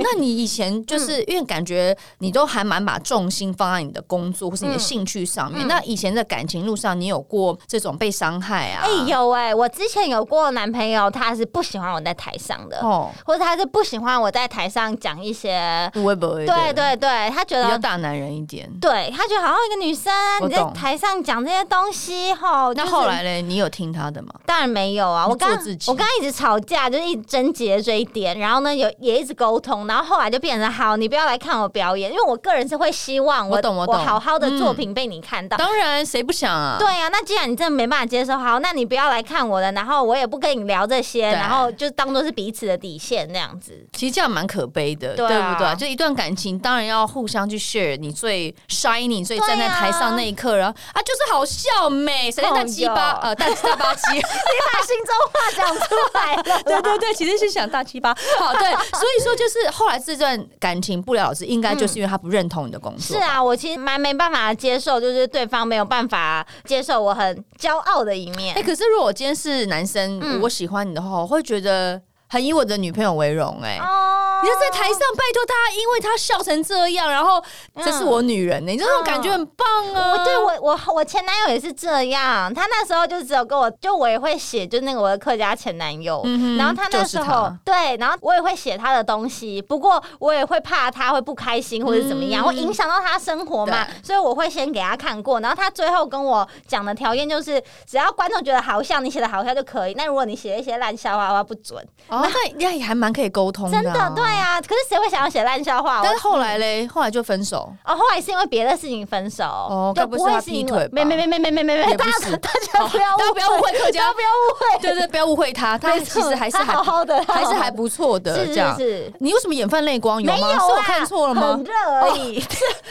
Speaker 1: 那你以前就是因为感觉你都还蛮把重心放在你的工作或是你的
Speaker 2: 嗯
Speaker 1: 兴趣上面。
Speaker 2: 嗯
Speaker 1: 那以前的感情路上，你有过这种被伤害啊？
Speaker 2: (laughs) 哎、有哎、我之前有过男朋友，他是不喜欢我在台上的，
Speaker 1: 哦，
Speaker 2: 或者他是不喜欢我在台上讲一些，
Speaker 1: 不会不会，
Speaker 2: 对，对对，他觉
Speaker 1: 比较
Speaker 2: 得。
Speaker 1: 大男人一点。
Speaker 2: 对他觉得好像一个女生，
Speaker 1: 我
Speaker 2: 你在
Speaker 1: 懂
Speaker 2: 台上讲这些东西，吼，
Speaker 1: 那
Speaker 2: 就是
Speaker 1: 后来嘞，你有听他的吗？
Speaker 2: 当然没有啊，
Speaker 1: 你
Speaker 2: 我刚
Speaker 1: 做自己
Speaker 2: 我刚刚一直吵架，就是一直争结这一点，然后呢有也一直沟通，然后后来就变成好，你不要来看我表演，因为我个人是会希望我
Speaker 1: 我懂我
Speaker 2: 我
Speaker 1: 懂
Speaker 2: 好好的
Speaker 1: 嗯
Speaker 2: 作品被你看到。
Speaker 1: 当然，谁不想啊？
Speaker 2: 对啊，那既然你真的没办法接受，好，那你不要来看我的，然后我也不跟你聊这些，
Speaker 1: 对
Speaker 2: 然后就当做是彼此的底线那
Speaker 1: (laughs)
Speaker 2: 样子。
Speaker 1: 其实这样蛮可悲的，
Speaker 2: 对啊
Speaker 1: 不对？就一段感情，当然要互相去 share 你最 shine，你最
Speaker 2: 对啊
Speaker 1: 站在台上那一刻，然后啊，就是好笑美，谁那鸡巴
Speaker 2: 哦哟
Speaker 1: 呃大大巴鸡，
Speaker 2: 把心中话讲出来 (laughs) 了，
Speaker 1: 对对对，其实是想大鸡
Speaker 2: (laughs)
Speaker 1: 巴。好，对，所以说就是后来这段感情不了了之，应该就是因为他不认同你的工作。
Speaker 2: 是啊，我其实蛮没办法接受，就是对方没有办法接受我很骄傲的一面。
Speaker 1: 哎、可是如果我今天是男生，
Speaker 2: 嗯
Speaker 1: 我喜欢你的话，我会觉得很以我的女朋友为荣、哎、
Speaker 2: 哦
Speaker 1: 你就在台上，拜托大家，因为她笑成这样，然后这是我女人呢、你这种感觉很棒啊！
Speaker 2: 我嗯哦对我我我前男友也是这样，他那时候就只有跟我，就我也会写，就那个我的客家前男友，
Speaker 1: 嗯哼
Speaker 2: 然后他那时候、
Speaker 1: 就是
Speaker 2: 对，然后我也会写他的东西，不过我也会怕他会不开心或者怎么样，
Speaker 1: 嗯
Speaker 2: 会影响到他生活嘛，所以我会先给他看过，然后他最后跟我讲的条件就是，只要观众觉得好笑，你写的好笑就可以，那如果你写一些烂笑话，我不准，
Speaker 1: 哦，那那也还蛮可以沟通
Speaker 2: 真
Speaker 1: 的、
Speaker 2: 的对。啊，可是谁会想要写烂笑话？我
Speaker 1: 但是后来嘞，后来就分手，
Speaker 2: 哦，后来是因为别的事情分手，
Speaker 1: 哦
Speaker 2: 就
Speaker 1: 该不是
Speaker 2: 会
Speaker 1: 他
Speaker 2: 是因
Speaker 1: 劈
Speaker 2: 为
Speaker 1: 腿吧
Speaker 2: 没没没没没没没没，
Speaker 1: 也不
Speaker 2: 大
Speaker 1: 是哦
Speaker 2: 家大家不要
Speaker 1: 大家不要误会客
Speaker 2: 大家
Speaker 1: 家，
Speaker 2: 不要误会，
Speaker 1: 对对，不要误会他，他
Speaker 2: 没
Speaker 1: 其
Speaker 2: 错
Speaker 1: 实还是
Speaker 2: 他
Speaker 1: 还
Speaker 2: (laughs) 好好的，他
Speaker 1: 还
Speaker 2: 好
Speaker 1: 是
Speaker 2: 好
Speaker 1: 还
Speaker 2: 的
Speaker 1: 不错的这
Speaker 2: 是
Speaker 1: 样
Speaker 2: 是。是。
Speaker 1: 你为什么眼泛泪光？有
Speaker 2: 没
Speaker 1: 吗？
Speaker 2: 有啊
Speaker 1: 是我
Speaker 2: 啦
Speaker 1: 看错了吗
Speaker 2: 很？热而已，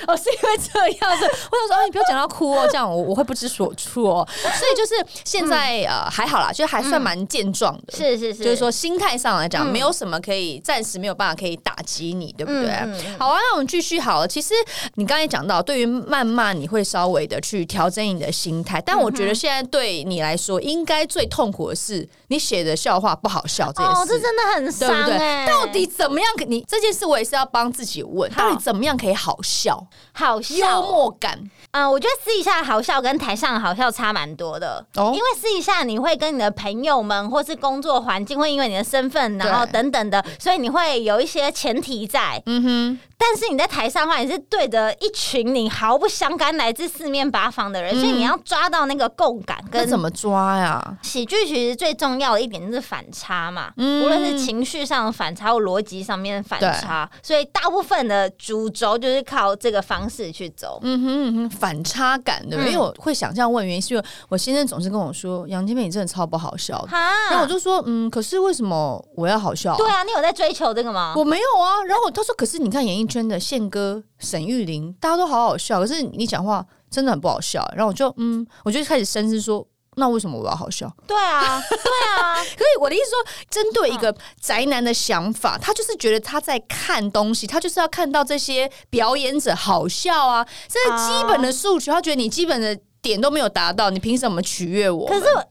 Speaker 1: 哦， (laughs) 是因为这样子，我想说，哦，你不要讲到哭哦，这样我我会不知所措、哦。所以就是现在、呃还好啦，就还算蛮健壮的，
Speaker 2: (laughs) 是是嗯是，
Speaker 1: 就是说心态上来讲，
Speaker 2: 嗯
Speaker 1: 没有什么可以暂时没有办法可以打击你，对不
Speaker 2: 嗯，
Speaker 1: 对？
Speaker 2: 嗯嗯
Speaker 1: 好啊，那我们继续好了。其实你刚才讲到，对于谩骂，你会稍微的去调整你的心态，但
Speaker 2: 嗯
Speaker 1: 我觉得现在对你来说，应该最痛苦的是你写的笑话不好笑这件事。
Speaker 2: 哦，这真的很
Speaker 1: 对不
Speaker 2: 伤
Speaker 1: 对？
Speaker 2: 哎，
Speaker 1: 到底怎么样可？你这件事我也是要帮自己问，
Speaker 2: 好
Speaker 1: 到底怎么样可以好笑、
Speaker 2: 好
Speaker 1: 幽
Speaker 2: 笑哦，
Speaker 1: 默感？
Speaker 2: 嗯，我觉得私底下的好笑跟台上的好笑差蛮多的。
Speaker 1: 哦
Speaker 2: 因为私底下你会跟你的朋友们，或是工作环境，会因为你的身份，然后
Speaker 1: 对
Speaker 2: 等等的，所以你会有一些前提在。
Speaker 1: 嗯哼，
Speaker 2: 但是你在台上的话，你是对着一群你毫不相干、来自四面八方的人，所以你要抓到那个共感
Speaker 1: 那
Speaker 2: 跟
Speaker 1: 怎么抓呀？
Speaker 2: 喜剧其实最重要的一点就是反差嘛，
Speaker 1: 嗯
Speaker 2: 无论是情绪上的反差或逻辑上面的反差，所以大部分的主轴就是靠这个方式去走。
Speaker 1: 嗯哼嗯哼，反差感对不对？
Speaker 2: 嗯
Speaker 1: 因为我会想这样问，原因是因为我先生总是跟我说：“杨金妹，你真的超不好笑的。”
Speaker 2: 哈
Speaker 1: 然后我就说：“嗯，可是为什么我要好笑、
Speaker 2: 对，啊，你有在追求这个吗？
Speaker 1: 我没有啊。”然后他说：“可是你看演艺圈的宪哥、沈玉琳，大家都好好笑，可是你讲话真的很不好笑。”然后我就嗯，我就开始深思说。那为什么我要好笑？
Speaker 2: 对啊，对
Speaker 1: (laughs)
Speaker 2: 啊，
Speaker 1: 可是我的意思说，针对一
Speaker 2: 嗯
Speaker 1: 个宅男的想法，他就是觉得他在看东西，他就是要看到这些表演者好笑啊，这是基本的诉求。他觉得你基本的点都没有达到，你凭什么取悦我
Speaker 2: 可
Speaker 1: 们？
Speaker 2: 是啊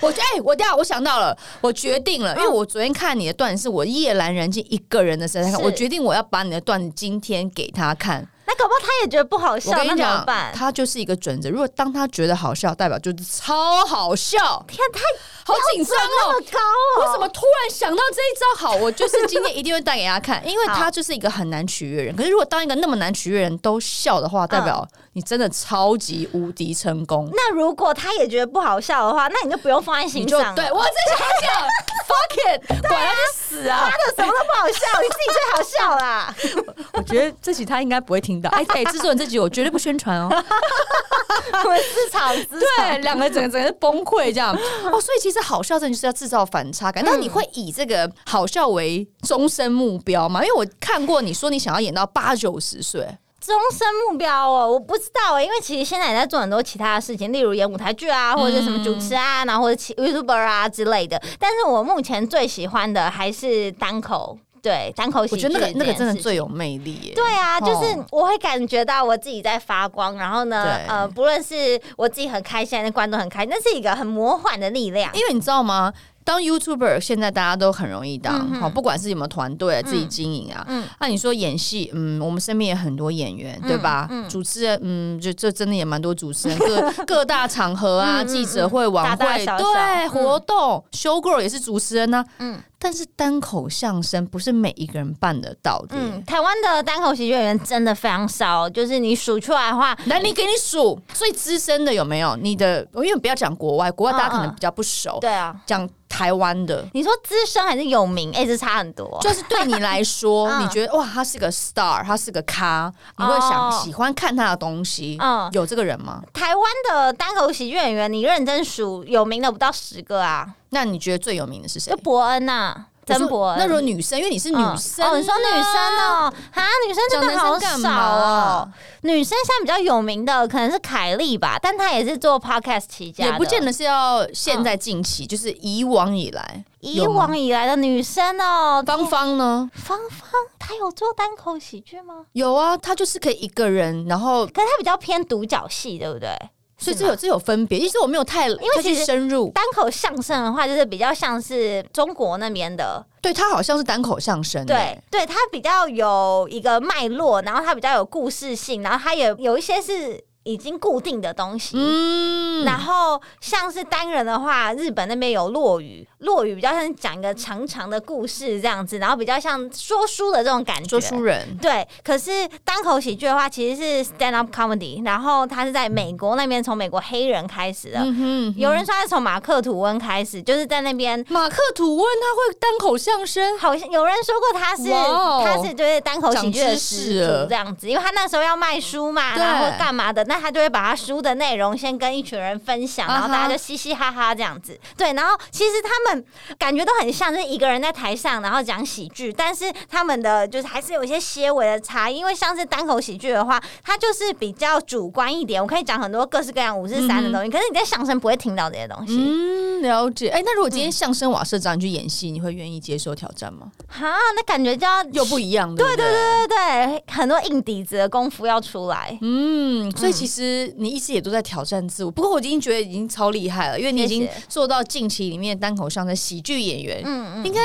Speaker 2: 我
Speaker 1: 我觉得，哎、我等一下我想到了，我决定了，因为我昨天看你的段子，是我夜阑人静一个人的时候在看，
Speaker 2: 是
Speaker 1: 我决定我要把你的段子今天给他看。
Speaker 2: 那搞不好他也觉得不好
Speaker 1: 我
Speaker 2: 笑，
Speaker 1: 跟
Speaker 2: 那
Speaker 1: 你
Speaker 2: 怎么
Speaker 1: 讲
Speaker 2: 办，？
Speaker 1: 他就是一个准则，如果当他觉得好笑，代表就是超好笑，
Speaker 2: 天，太
Speaker 1: 好紧张
Speaker 2: 那
Speaker 1: 哦。
Speaker 2: 么高
Speaker 1: (laughs)
Speaker 2: 哦，
Speaker 1: 为什么突然想到这一招？好，我就是今天一定会带给大家看，因为
Speaker 2: 好
Speaker 1: 他就是一个很难取悦人。可是如果当一个那么难取悦人都笑的话，代表你真的超级无敌成功。
Speaker 2: 那如果他也觉得不好笑的话，那你就不用放在
Speaker 1: 你
Speaker 2: 心
Speaker 1: 就
Speaker 2: 上了。
Speaker 1: 对我只想讲 (laughs) ，fuck it，管他去死啊！
Speaker 2: 他什么都不好笑，你自己最好笑
Speaker 1: (laughs)
Speaker 2: 啦。
Speaker 1: 我觉得这集他应该不会听到。哎哎，制作人这集我绝对不宣传 (laughs) 哦。
Speaker 2: 我们市场资
Speaker 1: 对，两个整个整个崩溃这样。 (laughs) 嗯哦，所以其实好笑真的就是要制造反差感。那你会以这个好笑为终身目标吗？因为我看过你说你想要演到八九十岁。
Speaker 2: 终身目标哦，我不知道哎、因为其实现在也在做很多其他的事情，例如演舞台剧啊，
Speaker 1: 嗯
Speaker 2: 或者是什么主持啊，然后或者其 YouTuber 啊之类的。但是我目前最喜欢的还是单口，对单口喜
Speaker 1: 我
Speaker 2: 剧
Speaker 1: 觉
Speaker 2: 这件事
Speaker 1: 得
Speaker 2: 情，
Speaker 1: 那个那个真的最有魅力耶。
Speaker 2: 对啊，
Speaker 1: 哦
Speaker 2: 就是我会感觉到我自己在发光，然后呢
Speaker 1: 对，
Speaker 2: 呃，
Speaker 1: 嗯
Speaker 2: 不论是我自己很开心，还是观众很开心，那是一个很魔幻的力量。
Speaker 1: 因为你知道吗？当 YouTuber 现在大家都很容易当
Speaker 2: 嗯，哼
Speaker 1: 好、不管是有没有团队、自己经营啊。
Speaker 2: 嗯
Speaker 1: 那、你说演戏，嗯，我们身边也很多演员，对吧？
Speaker 2: 嗯
Speaker 1: 主持人，嗯，就这真的也蛮多主持人，
Speaker 2: (laughs)
Speaker 1: 各各大场合啊，
Speaker 2: 嗯嗯
Speaker 1: 记者会、晚会，
Speaker 2: 大大小小
Speaker 1: 对
Speaker 2: 嗯
Speaker 1: 活动、s h o w girl 也是主持人呢、
Speaker 2: 嗯
Speaker 1: 但是单口相声不是每一个人办得到的。
Speaker 2: 嗯，台湾的单口喜剧演员真的非常少，就是你数出来的话，
Speaker 1: 来，你给你数最资深的有没有？你的，因为不要讲国外，国外大家可
Speaker 2: 嗯
Speaker 1: 能比较不熟，
Speaker 2: 对啊，
Speaker 1: 讲台湾的，
Speaker 2: 你说资深还是有名，哎、这差很多。
Speaker 1: 就是对你来说，
Speaker 2: (laughs) 嗯
Speaker 1: 你觉得哇，他是个 star，他是个咖，你会想喜欢看他的东西，
Speaker 2: 嗯
Speaker 1: 有这个人吗？
Speaker 2: 台湾的单口喜剧演员，你认真数有名的不到十个啊，
Speaker 1: 那你觉得最有名的是谁
Speaker 2: 就？伯恩呐、
Speaker 1: 我说
Speaker 2: 曾伯恩。
Speaker 1: 那如果女生，因为你是女生啊，
Speaker 2: 嗯哦，你说女生哦，啊，女生真
Speaker 1: 讲男
Speaker 2: 的好
Speaker 1: 生干
Speaker 2: 少
Speaker 1: 嘛
Speaker 2: 哦
Speaker 1: 啊。？
Speaker 2: 女生现在比较有名的可能是凯莉吧，但她也是做 podcast 起家的，嗯
Speaker 1: 也不见得是要现在近期，就是以往以来，
Speaker 2: 以
Speaker 1: 有吗
Speaker 2: 往以来的女生哦。
Speaker 1: 芳芳呢？
Speaker 2: 芳芳，她有做单口喜剧吗？
Speaker 1: 有啊，她就是可以一个人，然后
Speaker 2: 可是她比较偏独角戏，对不对？
Speaker 1: 所以
Speaker 2: 是
Speaker 1: 这
Speaker 2: 吗
Speaker 1: 有这有分别，其实我没有太因
Speaker 2: 为其实
Speaker 1: 深入，
Speaker 2: 单口相声的话，就是比较像是中国那边的，
Speaker 1: 对他好像是单口相声、
Speaker 2: 对
Speaker 1: 欸，
Speaker 2: 对，它比较有一个脉络，然后它比较有故事性，然后它也有一些是已经固定的东西。
Speaker 1: 嗯，
Speaker 2: 然后像是单人的话，日本那边有落语，落语比较像是讲一个长长的故事这样子，然后比较像说书的这种感觉。
Speaker 1: 说书人
Speaker 2: 对，可是单口喜剧的话，其实是 stand up comedy，然后它是在美国那边，从美国黑人开始的。
Speaker 1: 嗯哼，
Speaker 2: 有人说它是从马克吐温开始，就是在那边
Speaker 1: 马克吐温他会单口相声，
Speaker 2: 好像有人说过他是
Speaker 1: 哇哦
Speaker 2: 他是就是单口喜剧的
Speaker 1: 长知识
Speaker 2: 始祖
Speaker 1: 了
Speaker 2: 这样子，因为他那时候要卖书嘛，
Speaker 1: 对
Speaker 2: 然后干嘛的，那他就会把他书的内容先跟一群人分享，
Speaker 1: 啊哈
Speaker 2: 然后大家就嘻嘻哈哈这样子。对，然后其实他们感觉都很像，就是一个人在台上然后讲喜剧，但是他们的就是还是有一些些微的差异，因为像是单口喜剧的话，它就是比较主观一点，我可以讲很多各式各样五四三的东西，可是你在相声不会听到这些东西。
Speaker 1: 嗯，了解。哎、那如果今天相声瓦社长你去演戏，你会愿意接受挑战吗？
Speaker 2: 哈，那感觉就要
Speaker 1: 又不一样，对不对
Speaker 2: 对对对，很多硬底子的功夫要出来。
Speaker 1: 嗯，所以其实你一直也都在挑战自我，不过我已经觉得已经超厉害了，因为你已经
Speaker 2: 谢谢
Speaker 1: 做到近期里面单口相声喜剧演员，
Speaker 2: 嗯嗯
Speaker 1: 应该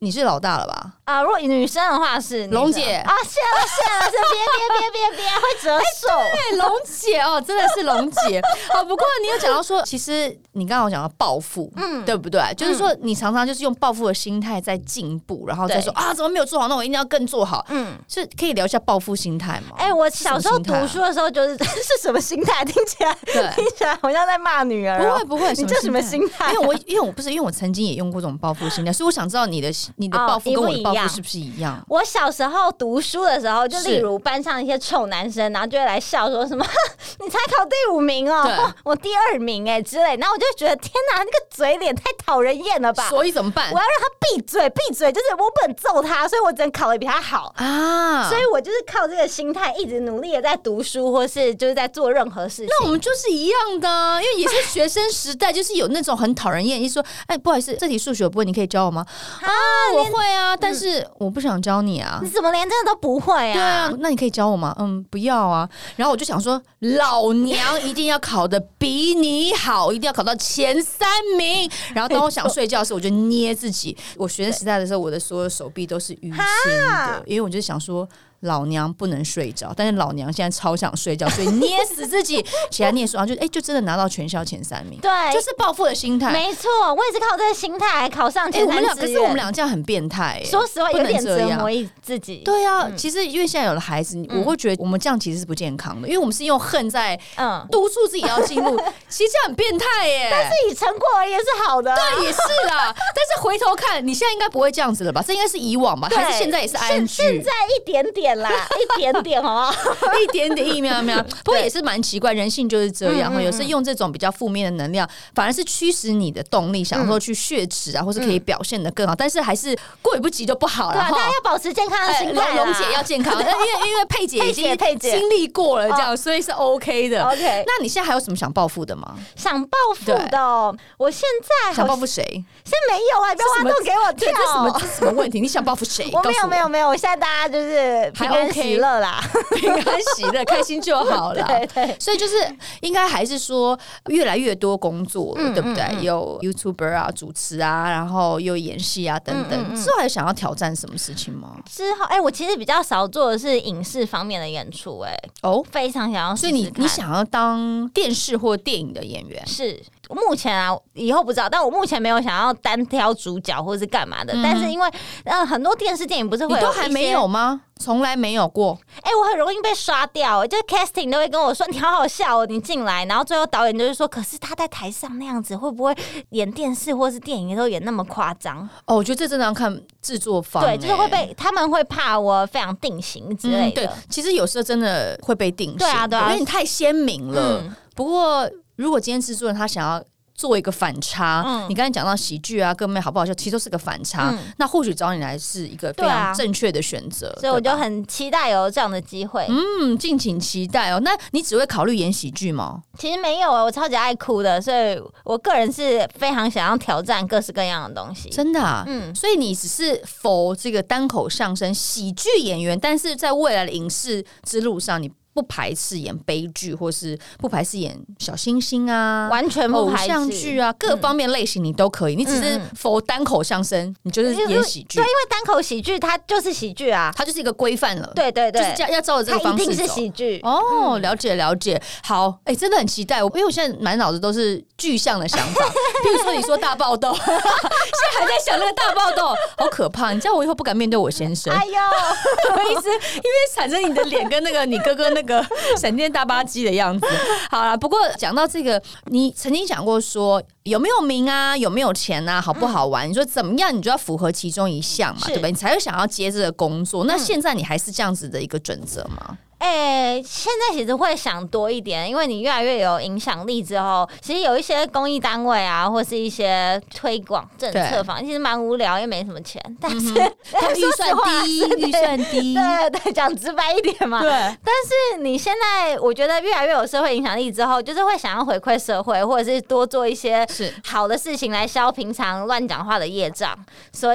Speaker 1: 你是老大了吧？
Speaker 2: 啊，如果女生的话是女生
Speaker 1: 龙姐
Speaker 2: 啊，谢了谢了，谢了别别别别别，会折寿。
Speaker 1: 对，龙姐哦，真的是龙姐。好，不过你有讲到说，其实你刚刚有讲到暴富，嗯，对不对？就是说你常常就是用暴富的心态在进步，然后再说
Speaker 2: 对
Speaker 1: 啊，怎么没有做好？那我一定要更做好。
Speaker 2: 嗯，
Speaker 1: 是可以聊一下暴富心态吗？
Speaker 2: 哎，我小时候
Speaker 1: 是什么心态啊
Speaker 2: 读书的时候就是是什么心态？听起来
Speaker 1: 对。
Speaker 2: 听起来好像在骂女儿
Speaker 1: 不
Speaker 2: 哦。
Speaker 1: 会不会，
Speaker 2: 你这什么心态啊？
Speaker 1: 因为我因为我不是因为我曾经也用过这种暴富心态，所以我想知道你的你的
Speaker 2: 哦
Speaker 1: 暴富
Speaker 2: 一
Speaker 1: 跟
Speaker 2: 不
Speaker 1: 我的
Speaker 2: 一
Speaker 1: 暴富
Speaker 2: 样
Speaker 1: 是不是一样？
Speaker 2: 我小时候读书的时候，就是例如班上一些臭男生，然后就会来笑说什么“你才考第五名哦，
Speaker 1: 对
Speaker 2: 哇我第二名哎”之类，然后我就觉得天哪，那个嘴脸太讨人厌了吧！
Speaker 1: 所以怎么办
Speaker 2: 我要让他闭嘴，闭嘴！就是我不能揍他，所以我只能考得比他好。
Speaker 1: 啊？
Speaker 2: 所以我就是靠这个心态，一直努力的在读书，或是就是在做任何事情。
Speaker 1: 那我们就是一样的啊，因为也是学生时代，就是有那种很讨人厌，一说哎，不好意思，这题数学我不会，你可以教我吗？啊，我会啊，但是我不想教你啊
Speaker 2: 你。怎么连这个都不会
Speaker 1: 对
Speaker 2: 啊？
Speaker 1: 啊，那你可以教我吗？嗯，不要啊。然后我就想说，老娘一定要考的比你好，一定要考到前三名。然后当我想睡觉的时候，我就捏自己。我学生时代的时候，我的所有手臂都是淤青的
Speaker 2: 哈，
Speaker 1: 因为我就想说。老娘不能睡着，但是老娘现在超想睡觉，所以捏死自己 (laughs) 起来念书，然后就哎、就真的拿到全校前三名，
Speaker 2: 对，
Speaker 1: 就是暴富的心态。
Speaker 2: 没错，我也是靠这个心态考上
Speaker 1: 哎、
Speaker 2: 前
Speaker 1: 我们
Speaker 2: 三
Speaker 1: 俩
Speaker 2: 志
Speaker 1: 可
Speaker 2: 愿。
Speaker 1: 是我们俩这样很变态、哎
Speaker 2: 说实话，
Speaker 1: 不
Speaker 2: 有
Speaker 1: 能
Speaker 2: 点
Speaker 1: 这
Speaker 2: 折
Speaker 1: 样
Speaker 2: 磨自己。
Speaker 1: 对啊，
Speaker 2: 嗯
Speaker 1: 其实因为现在有了孩子，你我会觉得我们这样其实是不健康的，因为我们是用恨在
Speaker 2: 嗯，
Speaker 1: 督促自己要进
Speaker 2: (laughs)
Speaker 1: 入，其实这样很变态耶。
Speaker 2: 自己成果而言是好的啊。
Speaker 1: 但也是啦，但是回头看，你现在应该不会这样子了吧？这应该是以往吧，
Speaker 2: 对
Speaker 1: 还是现在也是
Speaker 2: 现
Speaker 1: ing？
Speaker 2: 现在一点
Speaker 1: (laughs)
Speaker 2: 点啦，一点点哦好不好？
Speaker 1: 一点点一喵
Speaker 2: (laughs)
Speaker 1: 喵，不过也是蛮奇怪，人性就是这样。
Speaker 2: 嗯嗯嗯
Speaker 1: 有时用这种比较负面的能量，反而是驱使你的动力，
Speaker 2: 嗯
Speaker 1: 想说去血池啊，或是可以表现的更好，但是还是过于不及就不好
Speaker 2: 对
Speaker 1: 了
Speaker 2: 啊，大
Speaker 1: 哈
Speaker 2: 家。要保持健康的
Speaker 1: 哎
Speaker 2: 心态啦。啊
Speaker 1: 龙姐要健
Speaker 2: (laughs)
Speaker 1: 康，因为因为佩姐已经
Speaker 2: 佩姐佩姐哦
Speaker 1: 经历过了这样，所以是 OK 的。
Speaker 2: OK
Speaker 1: 那你现在还有什么想报复的吗？
Speaker 2: 想报复的哦，我现在
Speaker 1: 想
Speaker 2: 好
Speaker 1: 报
Speaker 2: 像
Speaker 1: 复谁？
Speaker 2: 现在没有啊，你不要
Speaker 1: 这什
Speaker 2: 挖
Speaker 1: 么
Speaker 2: 洞给我
Speaker 1: 对，
Speaker 2: 跳
Speaker 1: 这。什么这什么问题？你想报复谁？
Speaker 2: (laughs) 我
Speaker 1: 告
Speaker 2: 没
Speaker 1: 诉
Speaker 2: 有没有没有，我现在大家就是平
Speaker 1: 还
Speaker 2: 安
Speaker 1: OK
Speaker 2: 喜乐 (laughs) 啦。
Speaker 1: 平安喜
Speaker 2: (laughs)
Speaker 1: 乐，开心就好了。
Speaker 2: 对对
Speaker 1: 所以就是应该还是说越来越多工作了，
Speaker 2: 嗯
Speaker 1: 对不对？
Speaker 2: 嗯嗯
Speaker 1: 有 YouTuber 啊、主持啊，然后又演戏啊等等。
Speaker 2: 嗯嗯嗯
Speaker 1: 之后还想要挑战什么事情吗？
Speaker 2: 之后，哎、我其实比较少做的是影视方面的演出、哎，
Speaker 1: 哦，
Speaker 2: 非常想要试
Speaker 1: 所
Speaker 2: 试看。
Speaker 1: 以你你想要当电视或电影的演员？
Speaker 2: 是目前啊，以后不知道，但我目前没有想要单挑主角或是干嘛的。
Speaker 1: 嗯
Speaker 2: 但是因为呃，很多电视电影不是
Speaker 1: 你
Speaker 2: 会
Speaker 1: 都
Speaker 2: 一
Speaker 1: 还
Speaker 2: 些
Speaker 1: 没有，吗？从来没有过。
Speaker 2: 哎、我很容易被刷掉、哎就是 casting 都会跟我说你好好笑哦，你进来，然后最后导演就是说，可是他在台上那样子，会不会演电视或是电影的时候演那么夸张？
Speaker 1: 哦，我觉得这真的要看制作方、
Speaker 2: 对，就是会
Speaker 1: 欸
Speaker 2: 被他们会怕我非常定型之类
Speaker 1: 嗯。对
Speaker 2: 的。，
Speaker 1: 其实有时候真的会被定型，
Speaker 2: 对啊对啊
Speaker 1: 因为你太鲜明了。
Speaker 2: 嗯
Speaker 1: 不过，如果今天制作人他想要做一个反差，
Speaker 2: 嗯
Speaker 1: 你刚才讲到喜剧啊、各妹好不好笑，其实都是个反差。
Speaker 2: 嗯
Speaker 1: 那或许找你来是一个非
Speaker 2: 对啊
Speaker 1: 常正确的选择，
Speaker 2: 所以我
Speaker 1: 对
Speaker 2: 就
Speaker 1: 吧
Speaker 2: 很期待有这样的机会。
Speaker 1: 嗯，敬请期待哦。那你只会考虑演喜剧吗？
Speaker 2: 其实没有啊，我超级爱哭的，所以我个人是非常想要挑战各式各样的东西。
Speaker 1: 真的啊，
Speaker 2: 嗯
Speaker 1: 所以你只是否这个单口相声喜剧演员，但是在未来的影视之路上，你不排斥演悲剧，或是不排斥演小星星啊，
Speaker 2: 完全不
Speaker 1: 偶
Speaker 2: 排斥
Speaker 1: 像剧啊，各方面类型你都可以，你只是
Speaker 2: 嗯
Speaker 1: 否单口相声，你就是演喜剧
Speaker 2: 对，因，为单口喜剧它就是喜剧啊，
Speaker 1: 它就是一个规范了，，
Speaker 2: 对嗯对
Speaker 1: 就是
Speaker 2: 对
Speaker 1: 这，样要照着这个
Speaker 2: 它一
Speaker 1: 方
Speaker 2: 定
Speaker 1: 式
Speaker 2: 是
Speaker 1: 走。
Speaker 2: 喜剧。
Speaker 1: 哦，了解了解，好，哎、真的很期待，我因为我现在满脑子都是具象的想法，
Speaker 2: (laughs)
Speaker 1: 譬如说你说大爆痘， (laughs) 现在还在想那个大爆痘，好可怕！你知道我以后不敢面对我先生，
Speaker 2: 哎呦， (laughs)
Speaker 1: 我一直 (laughs) 因为产生你的脸跟那个你哥哥那个闪电大巴机的样子。好啦，不过讲到这个，你曾经讲过说有没有名啊，有没有钱啊，好不好玩？你说怎么样，你就要符合其中一项嘛，
Speaker 2: 是
Speaker 1: 对不对？你才会想要接这个工作。那现在你还是这样子的一个准则吗？
Speaker 2: 哎、现在其实会想多一点，因为你越来越有影响力之后，其实有一些公益单位啊，或是一些推广政策
Speaker 1: 对嗯
Speaker 2: 方，其实蛮无聊，也没什么钱，但是、
Speaker 1: 他们预算低，预算低，
Speaker 2: (laughs) 对对，讲直白一点嘛，
Speaker 1: (laughs) 对，
Speaker 2: 但是你现在，我觉得越来越有社会影响力之后，就是会想要回馈社会，或者是多做一些 (laughs)
Speaker 1: 是。 (laughs)
Speaker 2: 好的事情来消平常乱讲话的业障。所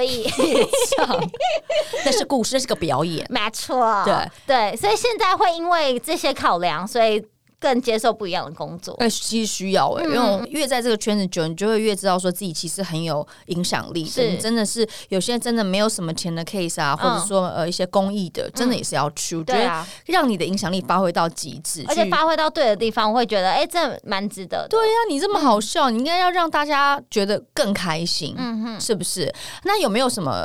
Speaker 1: (laughs)
Speaker 2: 以，
Speaker 1: 那是故事，那是个表演。
Speaker 2: 没错，
Speaker 1: 对
Speaker 2: 对，所以现在会因为这些考量，所以更接受不一样的工作。
Speaker 1: 哎、其实需要哎、因为
Speaker 2: 嗯
Speaker 1: 我越在这个圈子久，你就会越知道说自己其实很有影响力的。
Speaker 2: 是嗯
Speaker 1: 你真的是有些真的没有什么钱的 case 啊，或者说呃一些公益的，真的也是要去。我觉
Speaker 2: 对
Speaker 1: 得
Speaker 2: 啊，
Speaker 1: 让你的影响力发挥到极致，
Speaker 2: 而且
Speaker 1: 去
Speaker 2: 发挥到对的地方，我会觉得，哎、这蛮值得的。
Speaker 1: 对呀、你这么好笑，你应该要让大家觉得更开心。
Speaker 2: 嗯哼。
Speaker 1: 是不是？那有没有什么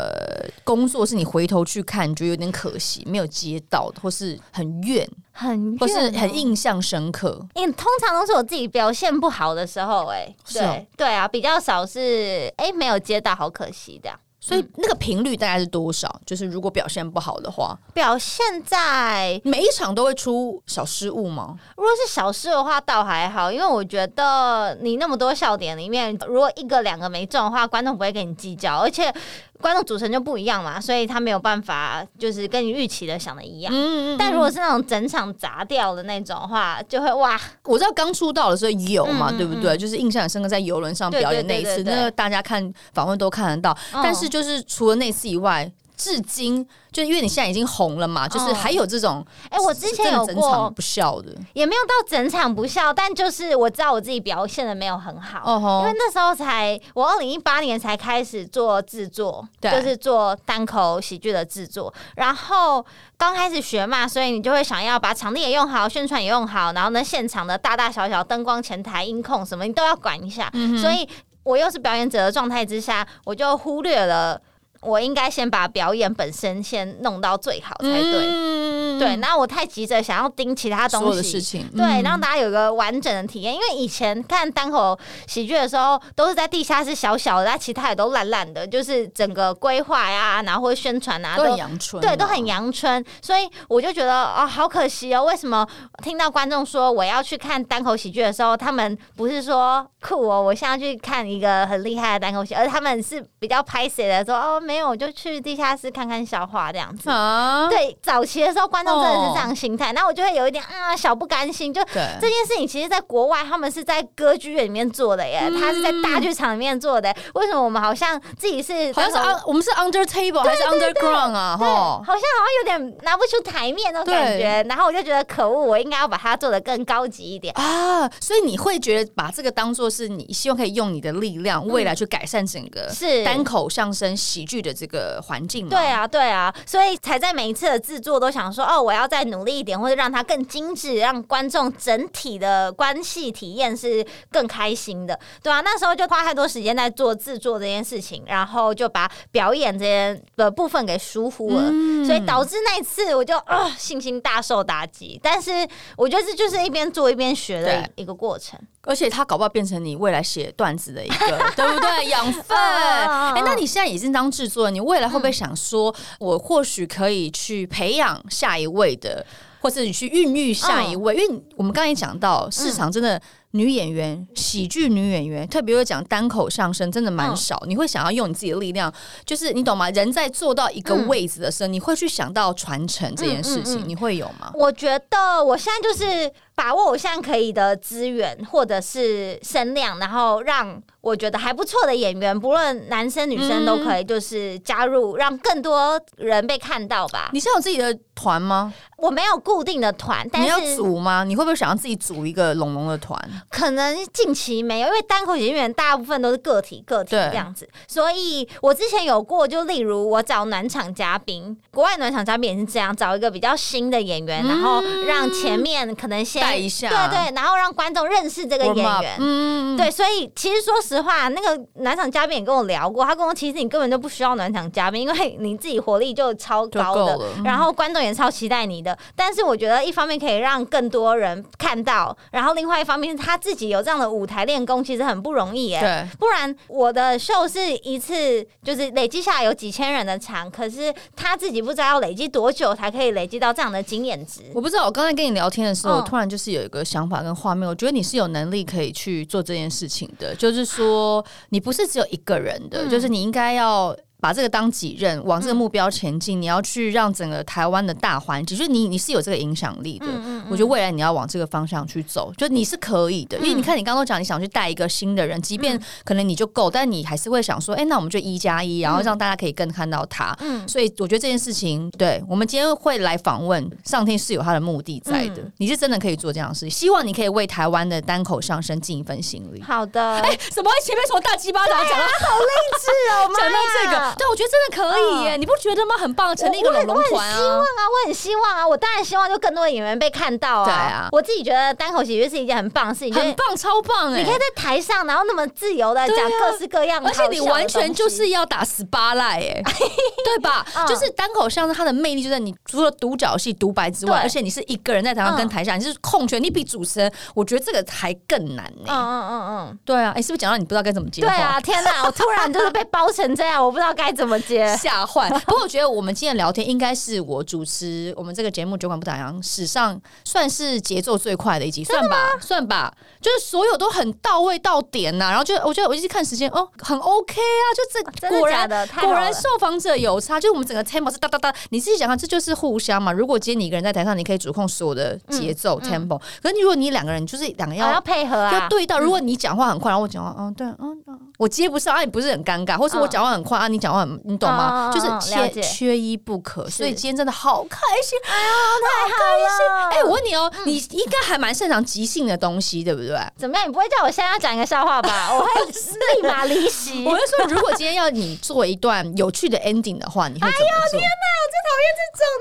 Speaker 1: 工作是你回头去看，你觉得有点可惜，没有接到的，或是很怨，
Speaker 2: 很
Speaker 1: 或是
Speaker 2: 远哦
Speaker 1: 很印象深刻？
Speaker 2: 因为通常都是我自己表现不好的时候、哎，
Speaker 1: 是
Speaker 2: 对、
Speaker 1: 哦
Speaker 2: 对啊，比较少是哎、没有接到，好可惜这样。
Speaker 1: 所以那个频率大概是多少？就是如果表现不好的话，
Speaker 2: 表现在
Speaker 1: 每一场都会出小失误吗？
Speaker 2: 如果是小事的话，倒还好，因为我觉得你那么多笑点里面，如果一个两个没中的话，观众不会跟你计较，而且观众组成就不一样嘛，所以他没有办法就是跟你预期的想的一样。
Speaker 1: 嗯，
Speaker 2: 但如果是那种整场砸掉的那种的话，就会哇，
Speaker 1: 我知道刚出道的时候有嘛，
Speaker 2: 嗯嗯
Speaker 1: 对不对？就是印象很深刻，在游轮上表演那一
Speaker 2: 对
Speaker 1: 次，
Speaker 2: 对对对对
Speaker 1: 那个大家看访问都看得到。
Speaker 2: 嗯
Speaker 1: 但是就是除了那次以外，至今就因为你现在已经红了嘛，就是还有这种
Speaker 2: 哎、嗯我之前
Speaker 1: 真
Speaker 2: 有
Speaker 1: 的整场
Speaker 2: 过，
Speaker 1: 不笑的
Speaker 2: 也没有到整场不笑，但就是我知道我自己表现的没有很好。
Speaker 1: 哦
Speaker 2: 因为
Speaker 1: 吼，
Speaker 2: 那时候才，我二零一八年才开始做制作，
Speaker 1: 对
Speaker 2: 就是做单口喜剧的制作。然后刚开始学嘛，所以你就会想要把场地也用好，宣传也用好，然后呢，现场的大大小小灯光、前台、音控什么，你都要管一下。
Speaker 1: 嗯
Speaker 2: 所以我又是表演者的状态之下，我就忽略了我应该先把表演本身先弄到最好才对。
Speaker 1: 嗯
Speaker 2: 嗯对，那我太急着想要盯其他东西，
Speaker 1: 所有的事情，
Speaker 2: 对，
Speaker 1: 嗯
Speaker 2: 让大家有一个完整的体验。因为以前看单口喜剧的时候，都是在地下室小小的，但其他也都烂烂的，就是整个规划呀，然后或者宣传啊，
Speaker 1: 都很
Speaker 2: 都
Speaker 1: 阳春啊，
Speaker 2: 对，都很阳春。所以我就觉得哦，好可惜哦，为什么听到观众说我要去看单口喜剧的时候，他们不是说酷哦，我现在去看一个很厉害的单口喜剧，而他们是比较拍谁的说哦，没有，我就去地下室看看笑话这样子。
Speaker 1: 啊，
Speaker 2: 对，早期的时候观众真的是这
Speaker 1: 哦
Speaker 2: 样心态，那、我就会有一点啊、小不甘心，就
Speaker 1: 对
Speaker 2: 这件事情其实，在国外他们是在歌剧院里面做的耶，
Speaker 1: 嗯
Speaker 2: 他是在大剧场里面做的。为什么我们好像自己是
Speaker 1: 好像是啊
Speaker 2: 当
Speaker 1: un, 我们是 under table 还是 underground 啊？
Speaker 2: 对，好
Speaker 1: 吼
Speaker 2: 像，好像有点拿不出台面那种感觉，然后我就觉得可恶，我应该要把它做的更高级一点。
Speaker 1: 啊，所以你会觉得把这个当做是你希望可以用你的力量，未来去改善整个
Speaker 2: 是
Speaker 1: 呃单口相声喜剧的这个环境吗？
Speaker 2: 对啊，对啊，所以才在每一次的制作都想说，哦，我要再努力一点，或者让它更精致，让观众整体的关系体验是更开心的，对啊，那时候就花太多时间在做制作这件事情，然后就把表演这些的部分给疏忽了，
Speaker 1: 嗯
Speaker 2: 所以导致那一次我就啊、信心大受打击。但是我觉得这就是一边做一边学的一一个过程。
Speaker 1: 而且它搞不好变成你未来写段子的一
Speaker 2: (laughs)
Speaker 1: 个，对不对？养分。
Speaker 2: 嗯嗯嗯
Speaker 1: 哎、那你现在已经当制作人，你未来会不会想说，我或许可以去培养下一位的，或是你去孕育下一
Speaker 2: 嗯
Speaker 1: 位？因为你我们刚才也讲到，市场真的女演员、喜剧女演员，特别会讲单口相声，真的蛮少。
Speaker 2: 嗯
Speaker 1: 你会想要用你自己的力量，就是你懂吗？人在做到一个
Speaker 2: 嗯
Speaker 1: 位置的时候，你会去想到传承这件事情，
Speaker 2: 嗯嗯嗯
Speaker 1: 你会有吗？
Speaker 2: 我觉得我现在就是把握我现在可以的资源或者是声量，然后让我觉得还不错的演员，不论男生女生都可以，就是加入，让更多人被看到吧。
Speaker 1: 你现在有自己的团吗？
Speaker 2: 我没有固定的团，但
Speaker 1: 你要
Speaker 2: 是
Speaker 1: 组吗？你会不会想要自己组一个龙龙的团？
Speaker 2: 可能近期没有，因为单口演员大部分都是个体个体
Speaker 1: 对
Speaker 2: 这样子，所以我之前有过，就例如我找暖场嘉宾，国外暖场嘉宾也是这样，找一个比较新的演员，然后让前面可能先
Speaker 1: 嗯带一下
Speaker 2: 对对，然后让观众认识这个演
Speaker 1: warm up，
Speaker 2: 员。
Speaker 1: 嗯，
Speaker 2: 对，所以其实说实话，那个暖场嘉宾也跟我聊过，他跟我其实你根本就不需要暖场嘉宾，因为你自己活力就超
Speaker 1: 就
Speaker 2: 高
Speaker 1: 够
Speaker 2: 的，
Speaker 1: 了。
Speaker 2: 然后观众也超期待你的。但是我觉得一方面可以让更多人看到，然后另外一方面是他自己有这样的舞台练功，其实很不容易耶。
Speaker 1: 对，
Speaker 2: 不然我的秀是一次就是累积下来有几千人的场，可是他自己不知道要累积多久才可以累积到这样的经验值。
Speaker 1: 我不知道，我刚才跟你聊天的时候，
Speaker 2: 嗯
Speaker 1: 我突然就是有一个想法跟画面，我觉得你是有能力可以去做这件事情的，就是说你不是只有一个人的，
Speaker 2: 嗯
Speaker 1: 就是你应该要。把这个当己任，往这个目标前进。你要去让整个台湾的大环境，就是你你是有这个影响力的。
Speaker 2: 嗯
Speaker 1: 我觉得未来你要往这个方向去走，就你是可以的。因为你看，你刚刚都讲你想去带一个新的人，即
Speaker 2: 嗯
Speaker 1: 便可能你就够，但你还是会想说，哎、那我们就一加一，然后让大家可以更看到他。
Speaker 2: 嗯
Speaker 1: 所以我觉得这件事情，对我们今天会来访问上天是有他的目的在的。
Speaker 2: 嗯
Speaker 1: 你是真的可以做这样的事，希望你可以为台湾的单口相声尽一份心力。
Speaker 2: 好的，
Speaker 1: (laughs) 怎么会前面从大鸡巴掌讲到、
Speaker 2: 啊
Speaker 1: 好励志哦，讲到这个，但我觉得真的可以耶，你不觉得吗？很棒，成立一个
Speaker 2: 嗯我我
Speaker 1: 龙
Speaker 2: 很
Speaker 1: 龙团啊！
Speaker 2: 对啊，我很希望啊，我当然希望就更多的演员被看到啊。
Speaker 1: 对啊
Speaker 2: 我自己觉得单口喜剧是一件很棒的事情，就是
Speaker 1: 很棒，超棒哎！
Speaker 2: 你可以在台上，然后那么自由的
Speaker 1: 对啊
Speaker 2: 讲各式各样的
Speaker 1: 而
Speaker 2: 好笑
Speaker 1: 且
Speaker 2: 的
Speaker 1: 你
Speaker 2: 东西，
Speaker 1: 完全就是要打十八赖哎， (laughs) 对吧？
Speaker 2: 嗯
Speaker 1: 就是单口相声它的魅力就在你除了独角戏、独白之外，
Speaker 2: 对
Speaker 1: 而且你是一个人在台上
Speaker 2: 嗯
Speaker 1: 跟台下，你是控权，你比主持人，我觉得这个还更难
Speaker 2: 嗯
Speaker 1: 呢。
Speaker 2: 嗯嗯嗯，
Speaker 1: 对啊，哎，是不是讲到你不知道该怎么接
Speaker 2: 对
Speaker 1: 话？。
Speaker 2: 啊，天哪！我突然就是被包成这样，我不知道该怎么接
Speaker 1: (laughs) 吓坏。不过我觉得我们今天的聊天应该是我主持我们这个节目《酒馆不打烊》史上算是节奏最快的一集，算吧，算吧，就是所有都很到位到点呐、然后就我觉得我一直看时间，哦，很 OK 啊，就这
Speaker 2: 真的
Speaker 1: 果
Speaker 2: 假
Speaker 1: 然。
Speaker 2: 的？太好
Speaker 1: 果然
Speaker 2: 了！
Speaker 1: 受访者有差，就是我们整个 tempo 是哒哒哒。你自己想想，这就是互相嘛。如果今天你一个人在台上，你可以主控所有的节
Speaker 2: 嗯
Speaker 1: 奏、tempo。可是如果你两个人，就是两个
Speaker 2: 啊要配合
Speaker 1: 要
Speaker 2: 啊！
Speaker 1: 对到，如果你讲话很快，然后我讲话，嗯，对，嗯，嗯我接不上，啊，你不是很尴尬，或是我
Speaker 2: 嗯
Speaker 1: 讲话很快，啊，啊你讲话很，你懂吗？
Speaker 2: 嗯嗯嗯
Speaker 1: 就是
Speaker 2: 嗯了
Speaker 1: 缺
Speaker 2: 解
Speaker 1: 缺一不可，所以
Speaker 2: 是
Speaker 1: 今天真的好开心。
Speaker 2: 太好了！
Speaker 1: 哎，我问你哦，你应该还蛮擅长即兴的东西，对不对？
Speaker 2: 怎么样？你不会叫我现在要讲一个笑话
Speaker 1: (laughs)
Speaker 2: 吧？我会立马离席。
Speaker 1: 我就说，如果今天要你做一段有趣的 ending 的话，你会怎么做？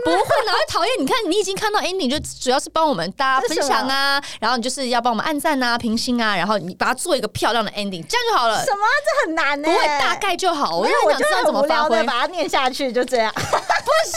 Speaker 1: 不会，哪会讨厌？你看，你已经看到 ending，就主要是帮我们大家
Speaker 2: 这是
Speaker 1: 分享啊，然后你就是要帮我们按赞啊、评星啊，然后你把它做一个漂亮的 ending，这样就好了。
Speaker 2: 什么？啊这很难呢、
Speaker 1: 不会，大概就好。我
Speaker 2: 没
Speaker 1: 就
Speaker 2: 有，
Speaker 1: 很
Speaker 2: 我
Speaker 1: 想
Speaker 2: 就
Speaker 1: 知道
Speaker 2: 很
Speaker 1: 怎么
Speaker 2: 无
Speaker 1: 发
Speaker 2: 聊
Speaker 1: 挥
Speaker 2: 的。把它念下去，就这样。
Speaker 1: 不行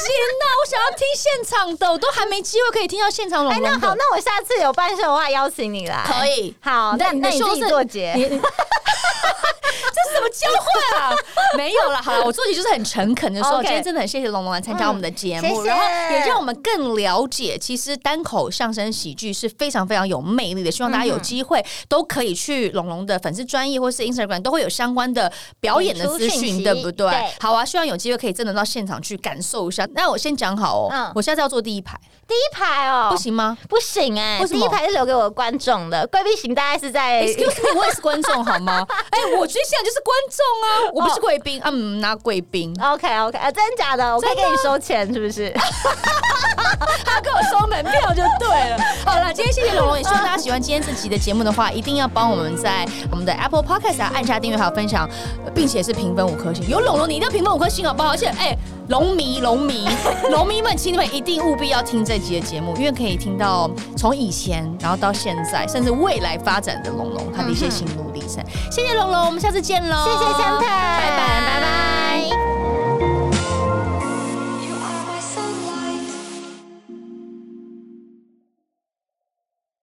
Speaker 1: 啊，我想要听现场的，我都还没机会可以听到现场龙
Speaker 2: 哎、
Speaker 1: 龙的。
Speaker 2: 那
Speaker 1: (laughs)
Speaker 2: 好，那我下次有办秀的话，邀请你来。
Speaker 1: 可以。
Speaker 2: 好，那
Speaker 1: 你
Speaker 2: 那
Speaker 1: 的
Speaker 2: 你
Speaker 1: 秀
Speaker 2: 自己
Speaker 1: 是
Speaker 2: 做结。
Speaker 1: 你你这是什么交换
Speaker 2: (laughs)
Speaker 1: 啊？没有啦，好了，我做题就是很诚恳的说
Speaker 2: OK
Speaker 1: 今天真的很谢谢龙龙来参加我们的节
Speaker 2: 嗯
Speaker 1: 目，
Speaker 2: 谢谢
Speaker 1: 然后也让我们更了解，其实单口相声喜剧是非常非常有魅力的。希望大家有
Speaker 2: 嗯
Speaker 1: 机会都可以去龙龙的粉丝专业或是 Instagram 都会有相关的表演的
Speaker 2: 演出
Speaker 1: 资
Speaker 2: 讯
Speaker 1: 讯，
Speaker 2: 息
Speaker 1: 对不对
Speaker 2: 对？
Speaker 1: 好啊，希望有机会可以真的到现场去感受一下。那我先讲好哦
Speaker 2: 嗯，
Speaker 1: 我下次要坐第一排，
Speaker 2: 第一排哦，
Speaker 1: 不行吗？
Speaker 2: 不行哎、
Speaker 1: 为什
Speaker 2: 第
Speaker 1: 么
Speaker 2: 一排是留给我的观众的，贵宾席大概是在 (laughs)
Speaker 1: Excuse me，我也是观众好吗？哎、我觉得现在就是观众啊，我不是贵宾、啊，嗯，拿贵宾，
Speaker 2: OK OK 啊，真假的，我可以给你收钱是不是？
Speaker 1: 他给我收门票就对了。好了，今天谢谢龙龙，也希望大家喜欢今天这集的节目的话，一定要帮我们在我们的 Apple Podcast 啊按下订阅还有分享，呃并且是评分五颗星。有龙龙，你一定要评分五颗星好不好？而且哎，龙迷龙迷龙迷们，请你们一定务必要听这集的节目，因为可以听到从以前然后到现在，甚至未来发展的龙龙他的一些心路历程。谢谢龙龙，我们下次见喽！
Speaker 2: 谢谢香太，
Speaker 1: 拜拜
Speaker 2: 拜拜。